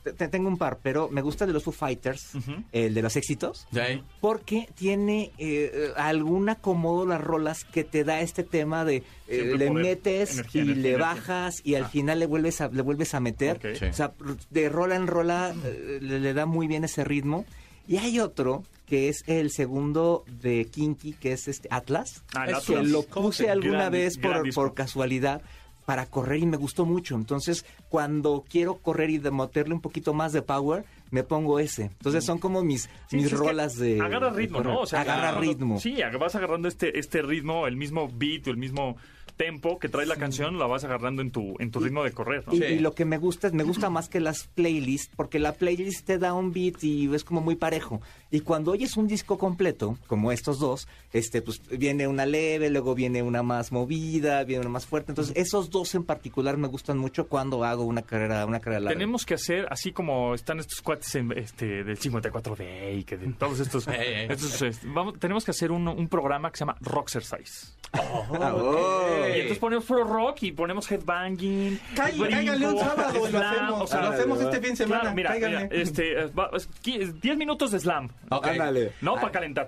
te- te- Tengo un par, pero me gusta de los Foo Fighters, Ujú. el de los éxitos. Sí. Porque tiene eh, eh, algún acomodo las rolas que te da este tema de eh, Siempre le poder, metes energía, y energía, le energía. bajas y al final le vuelves a, le vuelves a meter. Ok. Mm. Sí. O sea, pr- de rola en rola eh, le, le da muy bien ese ritmo. Y hay otro que es el segundo de Kinky, que es este Atlas Ah, Es Atlas. que lo disco, puse sí. alguna Gran vez dis- gran por, disco. por casualidad para correr y me gustó mucho. Entonces, cuando quiero correr y de meterle un poquito más de power, me pongo ese. Entonces, Mm. son como mis, Sí, mis sí, es que rolas de... Agarra ritmo, de correr. ¿no? O sea, agarra agarrando- ritmo. Sí, ag- vas agarrando este, este ritmo, el mismo beat, o el mismo tempo que trae la canción, la vas agarrando en tu, en tu ritmo de correr, ¿no? Y, Sí. y lo que me gusta es, me gusta más que las playlists, porque la playlist te da un beat y es como muy parejo. Y cuando oyes un disco completo, como estos dos, este, pues viene una leve, luego viene una más movida, viene una más fuerte. Entonces, esos dos en particular me gustan mucho cuando hago una carrera, una carrera larga. Tenemos que hacer, así como están estos cuates en, este, del 54D y que de todos estos. Ey, ey. estos, este, vamos, tenemos que hacer un, un programa que se llama Rocksercise. Ah, oh. Y entonces ponemos pro rock y ponemos headbanging. Cállale, brinco, cáigale un sábado y lo slam, hacemos. o sea, lo hacemos este fin de semana. Claro, mira, cáigale. mira, este, eh, va- es qui- 10 minutos de slam. Ok. Ándale. No, para calentar.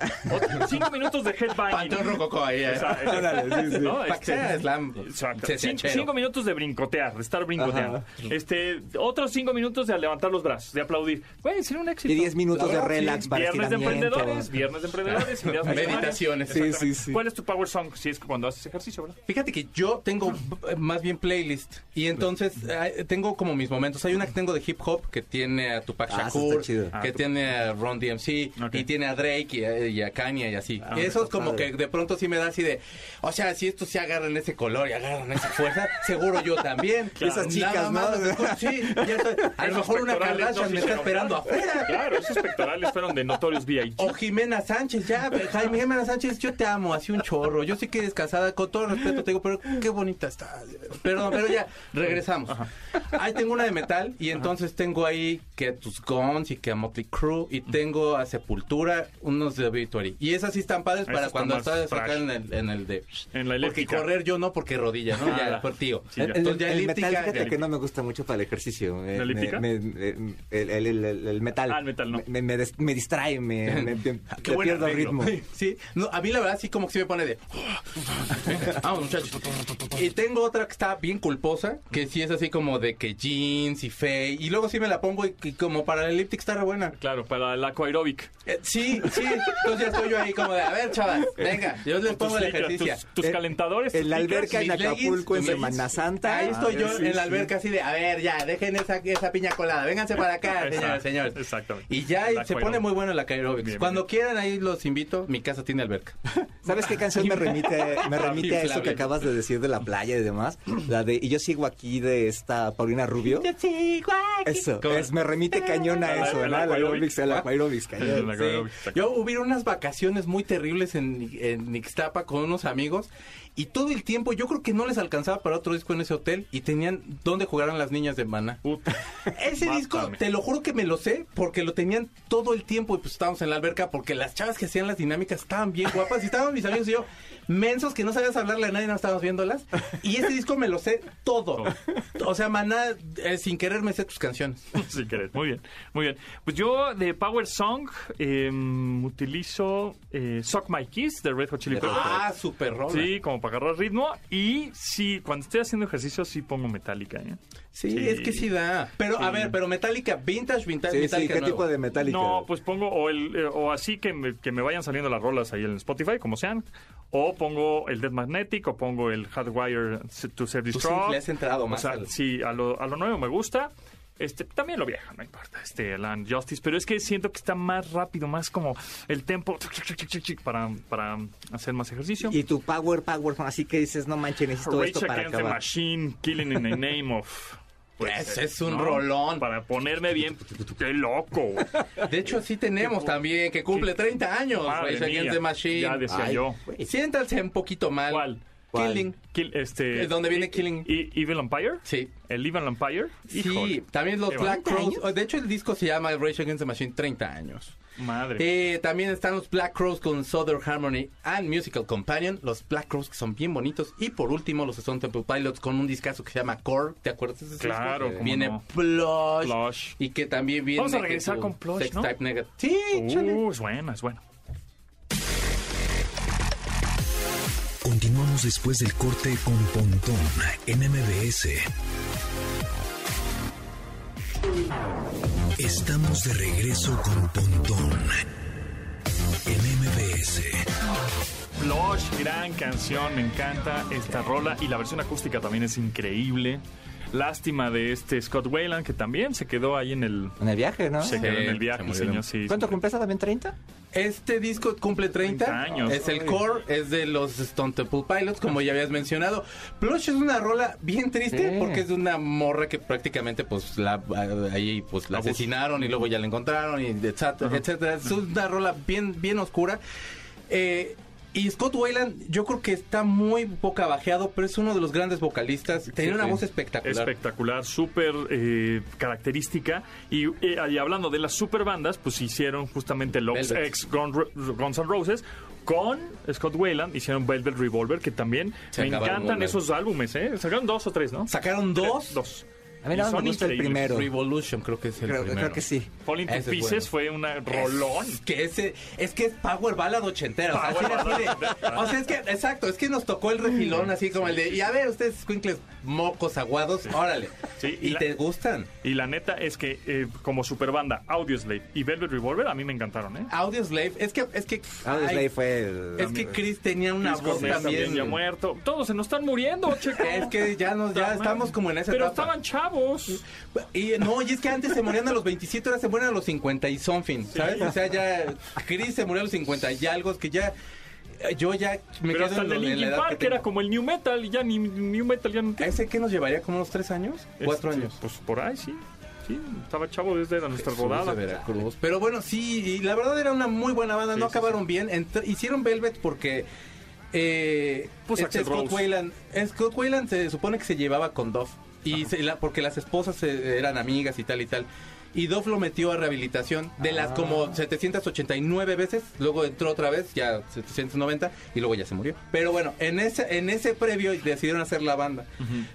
5 minutos de headbanging. Panteón Rococó ahí. eh. Exacto. Ándale, sí, sí. No, Para que este, sea slam. Exacto. se- Cinco, sechero. cinco minutos de brincotear, de estar brincoteando. Este, otros cinco minutos de levantar los brazos, de aplaudir. Güey, sería un éxito. Y 10 minutos de Claro, sí. relax para Viernes de estiramiento. emprendedores, viernes de emprendedores, ideas millonarias. Meditaciones. Exactamente. Sí, sí, sí. ¿Cuál es tu power song? Si es que cuando haces ejercicio, ¿verdad? Fíjate que yo tengo eh, más bien playlist y entonces eh, tengo como mis momentos. Hay una que tengo de hip hop que tiene a Tupac Ah, eso Shakur, está chido. Ah, que Tupac. tiene a Ron DMC Ok. y tiene a Drake y a, y a Kanye y así. Ah, Y eso es como padre. que de pronto sí me da así de, o sea, si estos se agarran ese color y agarran esa fuerza, seguro yo también. Esas chicas, Nada ¿no? más, sí, ya estoy- a lo Esos mejor una pectorales Kardashian no me está hicieron. esperando afuera. Claro, esos pectorales fueron de Notorious B.I.G. O Jimena Sánchez, ya, pero Jaime Jimena Sánchez, yo te amo, así un chorro. Yo sé que eres casada, con todo respeto te digo, pero qué bonita estás. Perdón, pero ya, regresamos. Ahí tengo una de metal y entonces tengo ahí que a tus Guns y que a Motley Crue y tengo a Sepultura, unos de Obituary. Y esas sí están padres Esas para están cuando más estás acá fresh. en el, en el de... En la Porque eléctrica. correr yo no, porque rodilla, ¿no? Ah, ya, la- por tío. sí, ya. El- Entonces El, ya el metal, elíptica, fíjate ya- que no me gusta mucho para el ejercicio. eh, Me- ¿La elíptica? me- me- me- el, el- el- el metal. Ah, el metal, no. Me, me des- me distrae, me, me- me- Qué le buen pierdo el arreglo. ritmo. Sí, no, a mí la verdad sí como que se me pone de... "Ah, Vamos, muchachos. Y tengo otra que está bien culposa, que sí es así como de que jeans y fe. Y luego sí me la pongo y, y como para el elíptica está re buena. Claro, para el aquaerobic. Eh, sí, sí. Entonces ya estoy yo ahí como de, a ver, chavas, venga, yo les pongo el sneakers, ejercicio. Tus, tus Eh, calentadores. En la tus sneakers, alberca en pues, mis leggings, Acapulco en mis Semana Santa. Ah, Ahí estoy yo sí, en sí. la alberca así de, a ver, ya, dejen esa, esa piña colada, vénganse para acá, señoras, Exacto, señores. exactamente. Y ya La se aeróbic. pone muy buena la aeróbics. Bien, Cuando bien. quieran ahí los invito, mi casa tiene alberca. ¿Sabes qué canción me remite, me remite a eso que Inflable. acabas de decir de la playa y demás? La de Y yo sigo aquí de esta Paulina Rubio. Eso, ¿Cómo? es, me remite cañón a El- eso, el ¿no? Al aquaerobic. aerobics, Ah. al aerobics, El cañón. aquaerobic, Sí. exacto. Yo hubiera unas vacaciones muy terribles en, en Ixtapa con unos amigos Y todo el tiempo yo creo que no les alcanzaba para otro disco en ese hotel y tenían dónde jugaran las niñas de Maná. Puta. Ese Mátame. disco, te lo juro que me lo sé, porque lo tenían todo el tiempo y pues estábamos en la alberca, porque las chavas que hacían las dinámicas estaban bien guapas y estábamos mis amigos y yo, mensos que no sabías hablarle a nadie, no estábamos viéndolas. Y ese disco me lo sé todo. O sea, maná, eh, sin querer me sé tus canciones. Si querés. Muy bien, muy bien. Pues yo de Power Song eh, utilizo eh, Suck My Kiss de Red Hot Chili Peppers. Ah, super rola. Sí, como para agarrar ritmo. Y sí, cuando estoy haciendo ejercicio, sí pongo ¿eh? metálica. Sí, es que sí da. Pero, a ver, pero Metallica, vintage, vintage, Sí, sí, Metallica ¿qué nuevo. tipo de metálica? No, pues pongo o, el, eh, o así que me, que me vayan saliendo las rolas ahí en Spotify, como sean. O pongo el Dead Magnetic, o pongo el Hardwire to Serve Tú sí Destroy. le has entrado O más sea, al- sí, a lo, a lo nuevo me gusta. Este, también lo viejo, no importa, este, Land Justice, pero es que siento que está más rápido, más como el tempo para, para hacer más ejercicio. Y tu power, power, así que dices, no manches, necesito Rage esto para Against the acabar. Machine, Killing in the Name of. Ese Pues, es un rolón. Para ponerme bien. ¡Qué loco! güey. De hecho, sí tenemos también, que cumple 30 años. Madre Rage Against mía, the Machine. Ah, Ya decía Ay, yo. güey. Siéntanse un poquito mal. ¿Cuál? ¿Cuál? Killing. Kill- este, ¿Es donde viene y- Killing? y- Evil Empire. Sí. El Evil Empire. Híjole. Sí, también los Qué Black bonito. Crows. De hecho, el disco se llama Rage Against the Machine 30 años. Madre. Eh, también están los Black Crows con Southern Harmony and Musical Companion. Los Black Crows que son bien bonitos. Y por último, los Stone Temple Pilots con un discazo que se llama Core. ¿Te acuerdas de ese disco? Claro, Eh, cómo Viene no. Plush. Plush. Y que también viene. Vamos a regresar que su con Plush, Sex ¿no? Type Negative. Sí, chale. Uh, es bueno, es bueno. Continuamos después del corte con Pontón en MBS. Estamos de regreso con Pontón en MBS. Plush, gran canción, me encanta esta rola y la versión acústica también es increíble. Lástima de este Scott Wayland que también se quedó ahí en el, En el viaje, ¿no? se quedó en el se viaje, señor. murieron. Sí, ¿Cuánto cumple esa también? ¿30? Este disco cumple 30, 30 años. Es el core, es de los Stone Temple Pilots, como ya habías mencionado. Plush es una rola bien triste Sí. porque es de una morra que prácticamente pues la ah, ahí pues la Abus- asesinaron y luego ya la encontraron y etcétera, etcétera. Es una rola bien bien oscura. Eh, y Scott Wayland, yo creo que está muy boca bajeado, pero es uno de los grandes vocalistas. Tenía una sí. voz espectacular. espectacular, súper eh, característica. Y, eh, y hablando de las super bandas, pues hicieron justamente los Velvet. ex Gun- R- Guns N' Roses con Scott Wayland, hicieron Velvet Revolver, que también Se me acabaron encantan volando. esos álbumes, ¿eh? Sacaron dos o tres, ¿no? Sacaron dos. Dos. A mí Y nada más son me gusta el increíbles. primero. Revolution, creo que es el Creo, primero. creo que sí. Falling to Ese es Pieces fue bueno. una rolón. Es que ese, es que es Power Ballad ochentera. O sea, Power sí, así de- o sea, es que, exacto, es que nos tocó el refilón así como el de, y a ver, ustedes, squinkles, mocos aguados, órale. Mm. Sí, y y la- te gustan. Y la neta es que eh, como superbanda, Audioslave y Velvet Revolver a mí me encantaron, ¿eh? Audio Slave, es que, es que. Audio Slave ay, Ah, pues, fue el... Es que Chris tenía una Chris voz Cornell pues también. ya muerto. Todos se nos están muriendo, checo. es que ya nos, ya Puta estamos madre. como en esa Pero etapa. estaban chavos. Y no, y es que antes se morían a los 27, ahora se mueren a los 50 y something, ¿sabes? O sea, ya Chris se murió a los 50 y algo que ya yo ya Pero me quedo hasta el en de lo- en la Linkin edad que Park era tengo. como el New Metal y ya ni New Metal ya no ¿A ese qué nos llevaría como unos 3 años? 4 Este, años. Pues por ahí sí. Sí, estaba chavo desde la nuestra Somos rodada. de Veracruz. Pero bueno, sí, y la verdad era una muy buena banda, Sí, no sí, acabaron bien. Entr- hicieron Velvet porque eh, Pues este Axl Scott Rose. Wayland, Scott Wayland se supone que se llevaba con Duff y se la- porque las esposas eh, eran amigas y tal y tal. Y Duff lo metió a rehabilitación de Ah. las como 789 veces, luego entró otra vez, ya 790, y luego ya se murió. Pero bueno, en ese, en ese previo decidieron hacer la banda.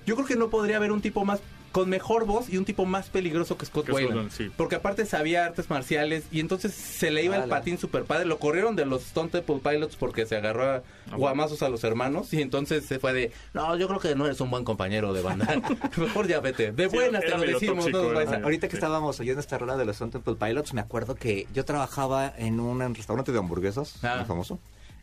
Yo creo que no podría haber un tipo más con mejor voz y un tipo más peligroso que Scott Que Scott Wayland. Wayland, sí. Porque aparte sabía artes marciales y entonces se le iba el Ala. patín super padre. Lo corrieron de los Stone Temple Pilots porque se agarró Ah, a guamazos a los hermanos y entonces se fue de, no, yo creo que no eres un buen compañero de banda. Mejor ya vete. De Sí, buenas era te medio lo decimos. tóxico, no nos era vayas a- medio- Ahorita Ah, Sí. que estábamos oyendo esta rola de los Stone Temple Pilots, me acuerdo que yo trabajaba en un restaurante de hamburguesas, Ah. muy pues, famoso,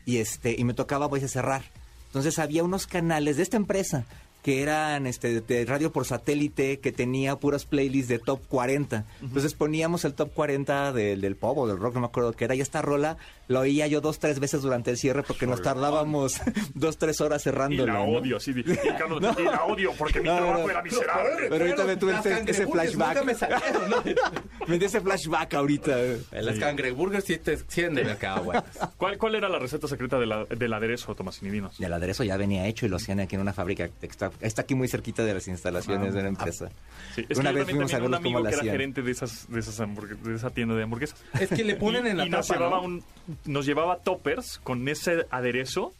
y este y me tocaba voy a cerrar. Entonces había unos canales de esta empresa que eran este, de radio por satélite, que tenía puras playlists de top 40. Entonces poníamos el top 40 del, del pop o del rock, no me acuerdo qué era, y esta rola la oía yo dos, tres veces durante el cierre porque nos tardábamos dos, tres horas Y cerrándola. la ¿no? odio, así. di- y Carlos, y la odio porque mi No, no, trabajo no. era miserable. Pero ahorita me tuve este- Las ese- ese cangreburgers flashback. nunca me salieron, ¿no? Me dio ese flashback ahorita. Las cangreburgers sí te extienden acá, güey. ¿Cuál, ¿Cuál era la receta secreta de la- del aderezo, Tomás Inidinos? Y el aderezo ya venía hecho y lo hacían aquí en una fábrica. que Está, está aquí muy cerquita de las instalaciones Ah, de una empresa. Sí, es Una que vez yo también fuimos a tenía un verlos amigo cómo la que era hacían. gerente de esas, de esas hamburgue- de esa tienda de hamburguesas. Es que le ponen Y- en la y nos tapa, llevaba ¿no? un, nos llevaba toppers con ese aderezo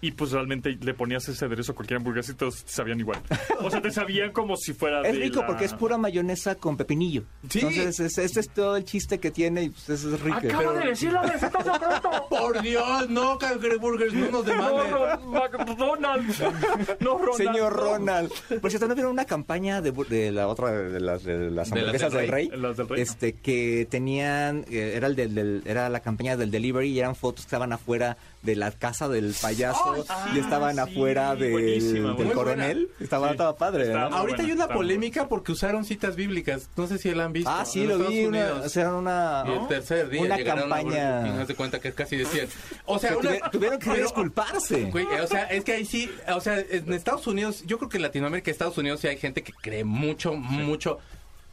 y pues realmente le ponías ese aderezo a cualquier hamburguesa y todos te sabían igual. O sea, te sabían como si fuera Es de rico la- porque es pura mayonesa con pepinillo. Sí. Entonces, es- este es todo el chiste que tiene y pues eso es rico. Acabo de decir la receta secreta. Por Dios, no, cangreburgers, no nos No, demanden. Ron- McDonald's. No, Ronald. no. Señor Ronald. Por cierto, ¿no vieron una campaña de, bu- de la otra, de las, de las De las hamburguesas del del Rey. rey? Las del Rey. Este, que tenían, eh, era, el del, del- era la campaña del delivery y eran fotos que estaban afuera de la casa del payaso ¡Ay, sí! y estaban Ah, sí, afuera del, buenísima, del muy coronel. Estaba, Sí. estaba padre, Estaba ¿no? muy Ahorita buena, hay una está muy polémica porque usaron citas bíblicas. No sé si la han visto. Ah, sí, en lo Estados vi. Una, Unidos. hicieron una, Y el tercer día una llegaron a campaña. Burger King, haz de cuenta que casi decían. O que sea, una- tuvi- tuvieron que pero- disculparse. Güey, o sea, es que ahí sí, o sea, en Estados Unidos, yo creo que en Latinoamérica, Estados Unidos sí hay gente que cree mucho, mucho,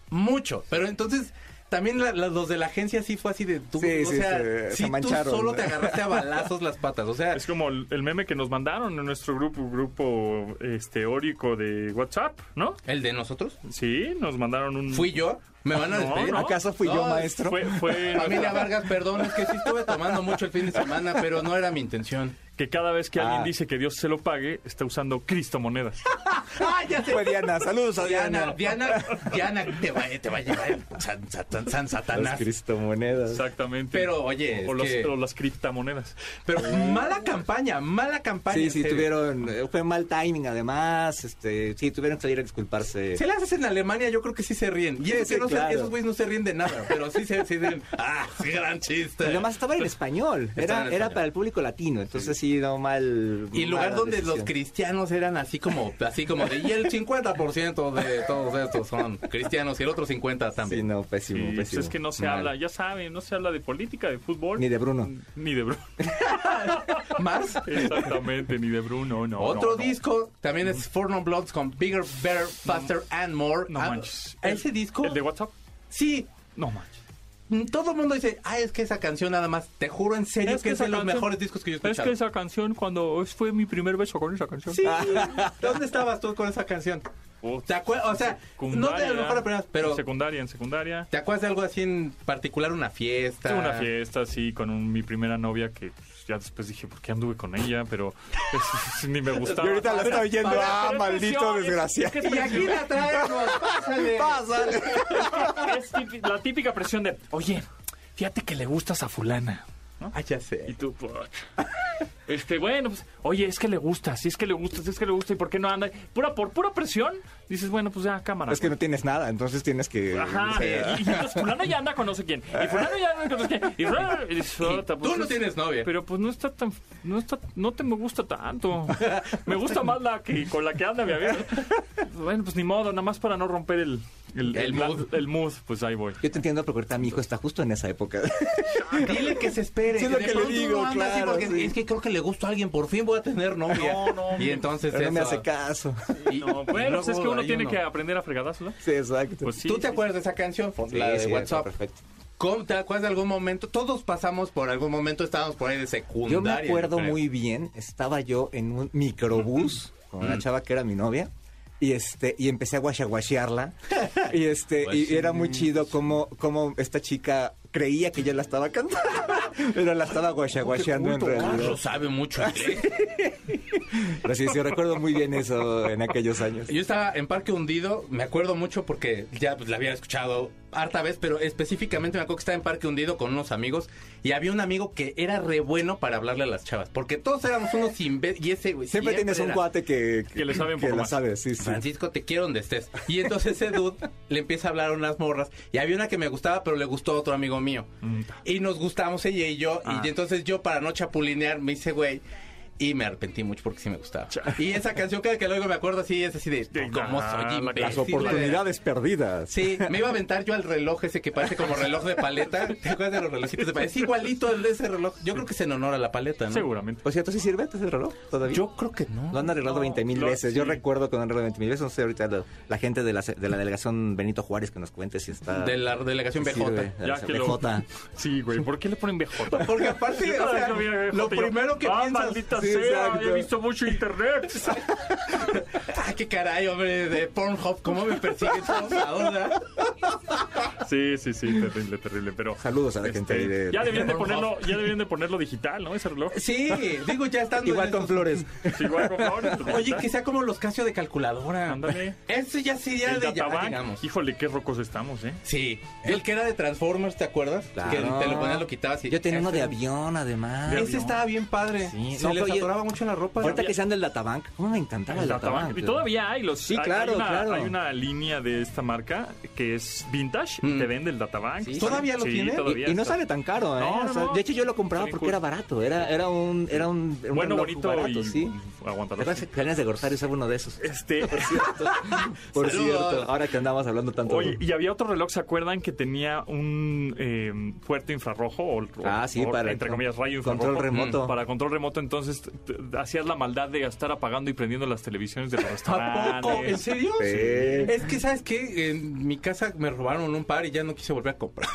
mucho. Pero entonces, también la- la- los de la agencia sí fue así de tú, Sí, o sí, sea, se- se sí, tú mancharon. solo te agarraste a balazos las patas, o sea, Es como el, el meme que nos mandaron en nuestro grupo, grupo este, órico de WhatsApp, ¿no? el de nosotros, Sí, nos mandaron un... fui yo, me van a No, despedir. no. ¿Acaso fui yo, No, maestro? Fue, fue Familia Vargas, perdón, es que sí estuve tomando mucho el fin de semana, pero no era mi intención. que cada vez que alguien Ah. dice que Dios se lo pague, está usando Cristo monedas. ¡Ah, ya sé! Fue Diana. Saludos a Diana, Diana. Diana, Diana te va, te va a llevar el San, Satan- San Satanás. Las cristomonedas. Exactamente. Pero, oye, o, es los- que- o las criptomonedas. Pero mala campaña, mala campaña. Sí, en sí, serio. tuvieron, eh, fue mal timing además, este, sí, tuvieron que salir a disculparse. Si las haces en Alemania, yo creo que sí se ríen. Y Sí, eso que sí, no se- claro. esos güeyes no se ríen de nada, pero sí se sí dicen, ¡ah, sí, gran chiste! Y además estaba en español, Estaba en era, era español. para el público latino, entonces sí, no mal. y el lugar mala donde los decisión. cristianos eran así como, así como de, y el 50% de todos estos son cristianos y el otro 50% Sí, también. no, pésimo, Y, pues, pésimo. es que no se Mal. habla, ya saben, no se habla de política, de fútbol. Ni de Bruno. Ni de Bruno. Mars, Exactamente, ni de Bruno, no. Otro no, no. disco también Mm. es Four Non Bloods con Bigger, Better, Faster and More. No Ah, manches. Ese disco, ¿El de WhatsApp? sí, No manches. mm, todo el mundo dice, ay, es que esa canción nada más, te juro en serio que, es esa de los canción- mejores discos que yo he escuchado. esa canción, cuando es- fue mi primer beso con esa canción. Oh, Sí, ¿dónde estabas tú con esa canción? ¿Te acuerdas? O sea, no de a lo mejor la primera vez, pero En secundaria, en secundaria. ¿te acuerdas de algo así en particular? Una fiesta. Tuve una fiesta así con un- mi primera novia que pues, ya después dije, ¿por qué anduve con ella? Pero pues, ni me gustaba. Y ahorita la está oyendo, Pero- ah, pero es maldito presión, es- desgraciado. es que es Y aquí presión. la traemos, pásale. Pásale. Es típi- la típica presión de, oye, fíjate que le gustas a fulana. Ay, Ah, ya Y sé. tú, "Puch". este, bueno, pues, oye, es que le gusta, si es que le gusta, si es que le gusta, ¿y por qué no anda? Pura, por pura presión, dices, bueno, pues ya, cámara. Es que no tienes nada, entonces tienes que... Ajá, y, y entonces fulano ya anda con no sé quién, y fulano ya anda con no sé quién, y fulano... y dices, "Ota, pues, Tú no es- tienes novia. Pero pues no está tan, no está, no te me gusta tanto. Me gusta más la que con la que anda mi amigo. Bueno, pues ni modo, nada más para no romper el, el, El el plan- mood. el mood, pues ahí voy. Yo te entiendo, pero ahorita mi hijo está justo en esa época. Dile que se espere. Sí, es lo De que le pronto digo, uno anda así claro, porque sí. Es que creo que le gusta a alguien, por fin voy a tener novia. No, no, Y entonces Pero no me eso- hace caso. y- No, bueno, pues es que luego uno hay tiene que aprender a fregadas, ¿no? Sí, exacto. Pues sí. ¿Tú te sí, acuerdas de esa canción? Sí, la de sí, está WhatsApp. Perfecto. ¿Cómo- ¿Te acuerdas de algún momento? Todos pasamos por algún momento, estábamos por ahí de secundaria. Yo me acuerdo creo. muy bien, estaba yo en un microbús con Mm. la chava que era mi novia. Y, este, y empecé a guachaguachearla. Y, este, Pues y, y era muy chido como, como esta chica creía que yo la estaba cantando. Pero la estaba guachaguacheando en realidad. Carlos sabe mucho inglés. Pero sí, sí, recuerdo muy bien eso en aquellos años. Yo estaba en Parque Hundido, me acuerdo mucho porque ya pues, la había escuchado harta vez, pero específicamente me acuerdo que estaba en Parque Hundido con unos amigos y había un amigo que era re bueno para hablarle a las chavas, porque todos éramos unos imbéciles. Y ese güey Siempre tienes un era, cuate que, Que le sabe un que poco la más. sabe, sí, sí. Francisco, te quiero donde estés. Y entonces ese dude le empieza a hablar a unas morras. Y había una que me gustaba, pero le gustó a otro amigo mío. Y nos gustamos ella y yo. Y entonces yo, para no chapulinear, me hice, güey, Y me arrepentí mucho porque sí me gustaba. Chale. Y esa canción, cada que la oigo me acuerdo así, es así de. "Oh, Sí, ¿Cómo ah, soy la- imbécil? Las oportunidades perdidas. Sí, me iba a aventar yo al reloj ese que parece como reloj de paleta. ¿Te acuerdas de los relojitos de paleta? Es igualito el de ese reloj. Yo creo que es en honor a la paleta, ¿no? Seguramente. Por cierto, ¿sí sirve ese reloj todavía? Yo creo que no. Lo han arreglado No, 20 mil lo- veces. Yo sí. recuerdo que lo han arreglado 20 mil veces. No sé ahorita lo- la gente de la, de la delegación Benito Juárez que nos cuente si está... De la delegación si BJ. sirve. De la Ya que lo- BJ. Sí, güey. ¿Por qué le ponen BJ? Porque aparte, Yo o cada sea, vez que veía BJ, lo yo, primero que ah, piensas... maldita Sí, sea, exacto. he visto mucho internet. Ah, qué caray, hombre, de Pornhub, cómo me persiguen todos ahora. Sí, sí, sí, terrible, terrible, pero... Saludos a la gente ahí de- Este, ya deberían de Pornhub. ponerlo, ya deberían de ponerlo digital, ¿no? Ese reloj. Sí, digo, ya estando... Igual en con esos- flores. Sí, igual, por favor, Oye, digital. que sea como los Casio de calculadora. Ándale. Ese ya sería El de ya, ah, databank. digamos. Híjole, qué rocos estamos, ¿eh? Sí, el que era de Transformers, ¿te acuerdas? Claro. Que te lo ponías, lo quitabas y... Yo tenía uno de Ese- avión, además. De Ese avión. estaba bien padre. Sí, Se no, les pero oye, atoraba mucho en la ropa. Ahorita que sean del databank. ¿Cómo me encantaba el El databank? Databank. Y todavía hay los. Sí, hay- hay claro, una- claro. Hay una línea de esta marca que es vintage. Mm. Te vende el Databank. Sí, ¿todavía lo tiene? Y- todavía y, no está. sale tan caro, ¿eh? No, no, O sea, no. De hecho, yo lo Está compraba bien porque cool. era barato. Era, era un, era un, un Bueno, reloj bonito barato, y sí. ¿Te aguantador. acuerdas que Cadenas de Gortari usaba uno de esos? Este, Por Saludos. cierto, ahora que andamos hablando tanto. oye, y había otro reloj, ¿se acuerdan? Que tenía un eh, puerto infrarrojo o, o- Ah, sí, o, para entre el comillas, rayo infrarrojo. control remoto. Para control remoto, entonces t- t- hacías la maldad de estar apagando y prendiendo las televisiones de los ¿A poco? ¿En restaurantes. serio? Sí. Es que, ¿sabes qué? En mi casa me robaron un par y ya no quise volver a comprar.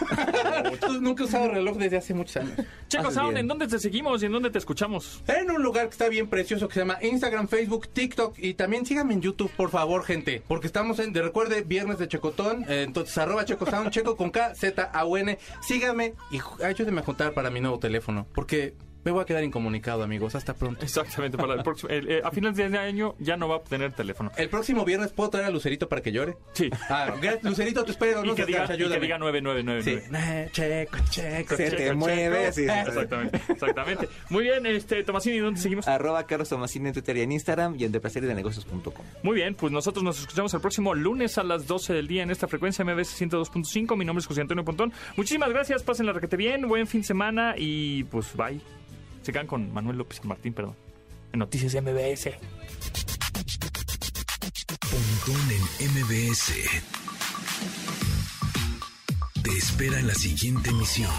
Entonces nunca he usado reloj desde hace muchos años. Checo Haces Sound, bien. ¿en dónde te seguimos y en dónde te escuchamos? En un lugar que está bien precioso que se llama Instagram, Facebook, TikTok y también síganme en YouTube, por favor, gente. Porque estamos en, de recuerde, viernes de Chocotón. eh, entonces, arroba Chocosound, Checo con K, Z, A, U, N. Síganme y ju- ayúdenme a juntar para mi nuevo teléfono. Porque me voy a quedar incomunicado, amigos. Hasta pronto. Exactamente, para el próximo. el, eh, a finales de año ya no va a tener teléfono. El próximo viernes puedo traer a Lucerito para que llore. Sí. Ah, gracias, Lucerito, te espero. y, No que seas diga, gacha, y que ayúdame. diga Sí. 9999. Eh, Checo, checo. Se Checo, te checo. mueve, sí, sí, sí. Exactamente, exactamente. Muy bien, este, Tomasini, ¿dónde te seguimos? Arroba Carlos Tomasini en Twitter y en Instagram y en deplacerydenegocios.com. Muy bien, pues nosotros nos escuchamos el próximo lunes a las 12 del día en esta frecuencia MBS 102.5. Mi nombre es José Antonio Pontón. Muchísimas gracias, pasen la requete bien, buen fin de semana y pues bye. Se quedan con Manuel López San Martín, perdón. En Noticias MBS. Pontón en MBS. Te espera en la siguiente emisión.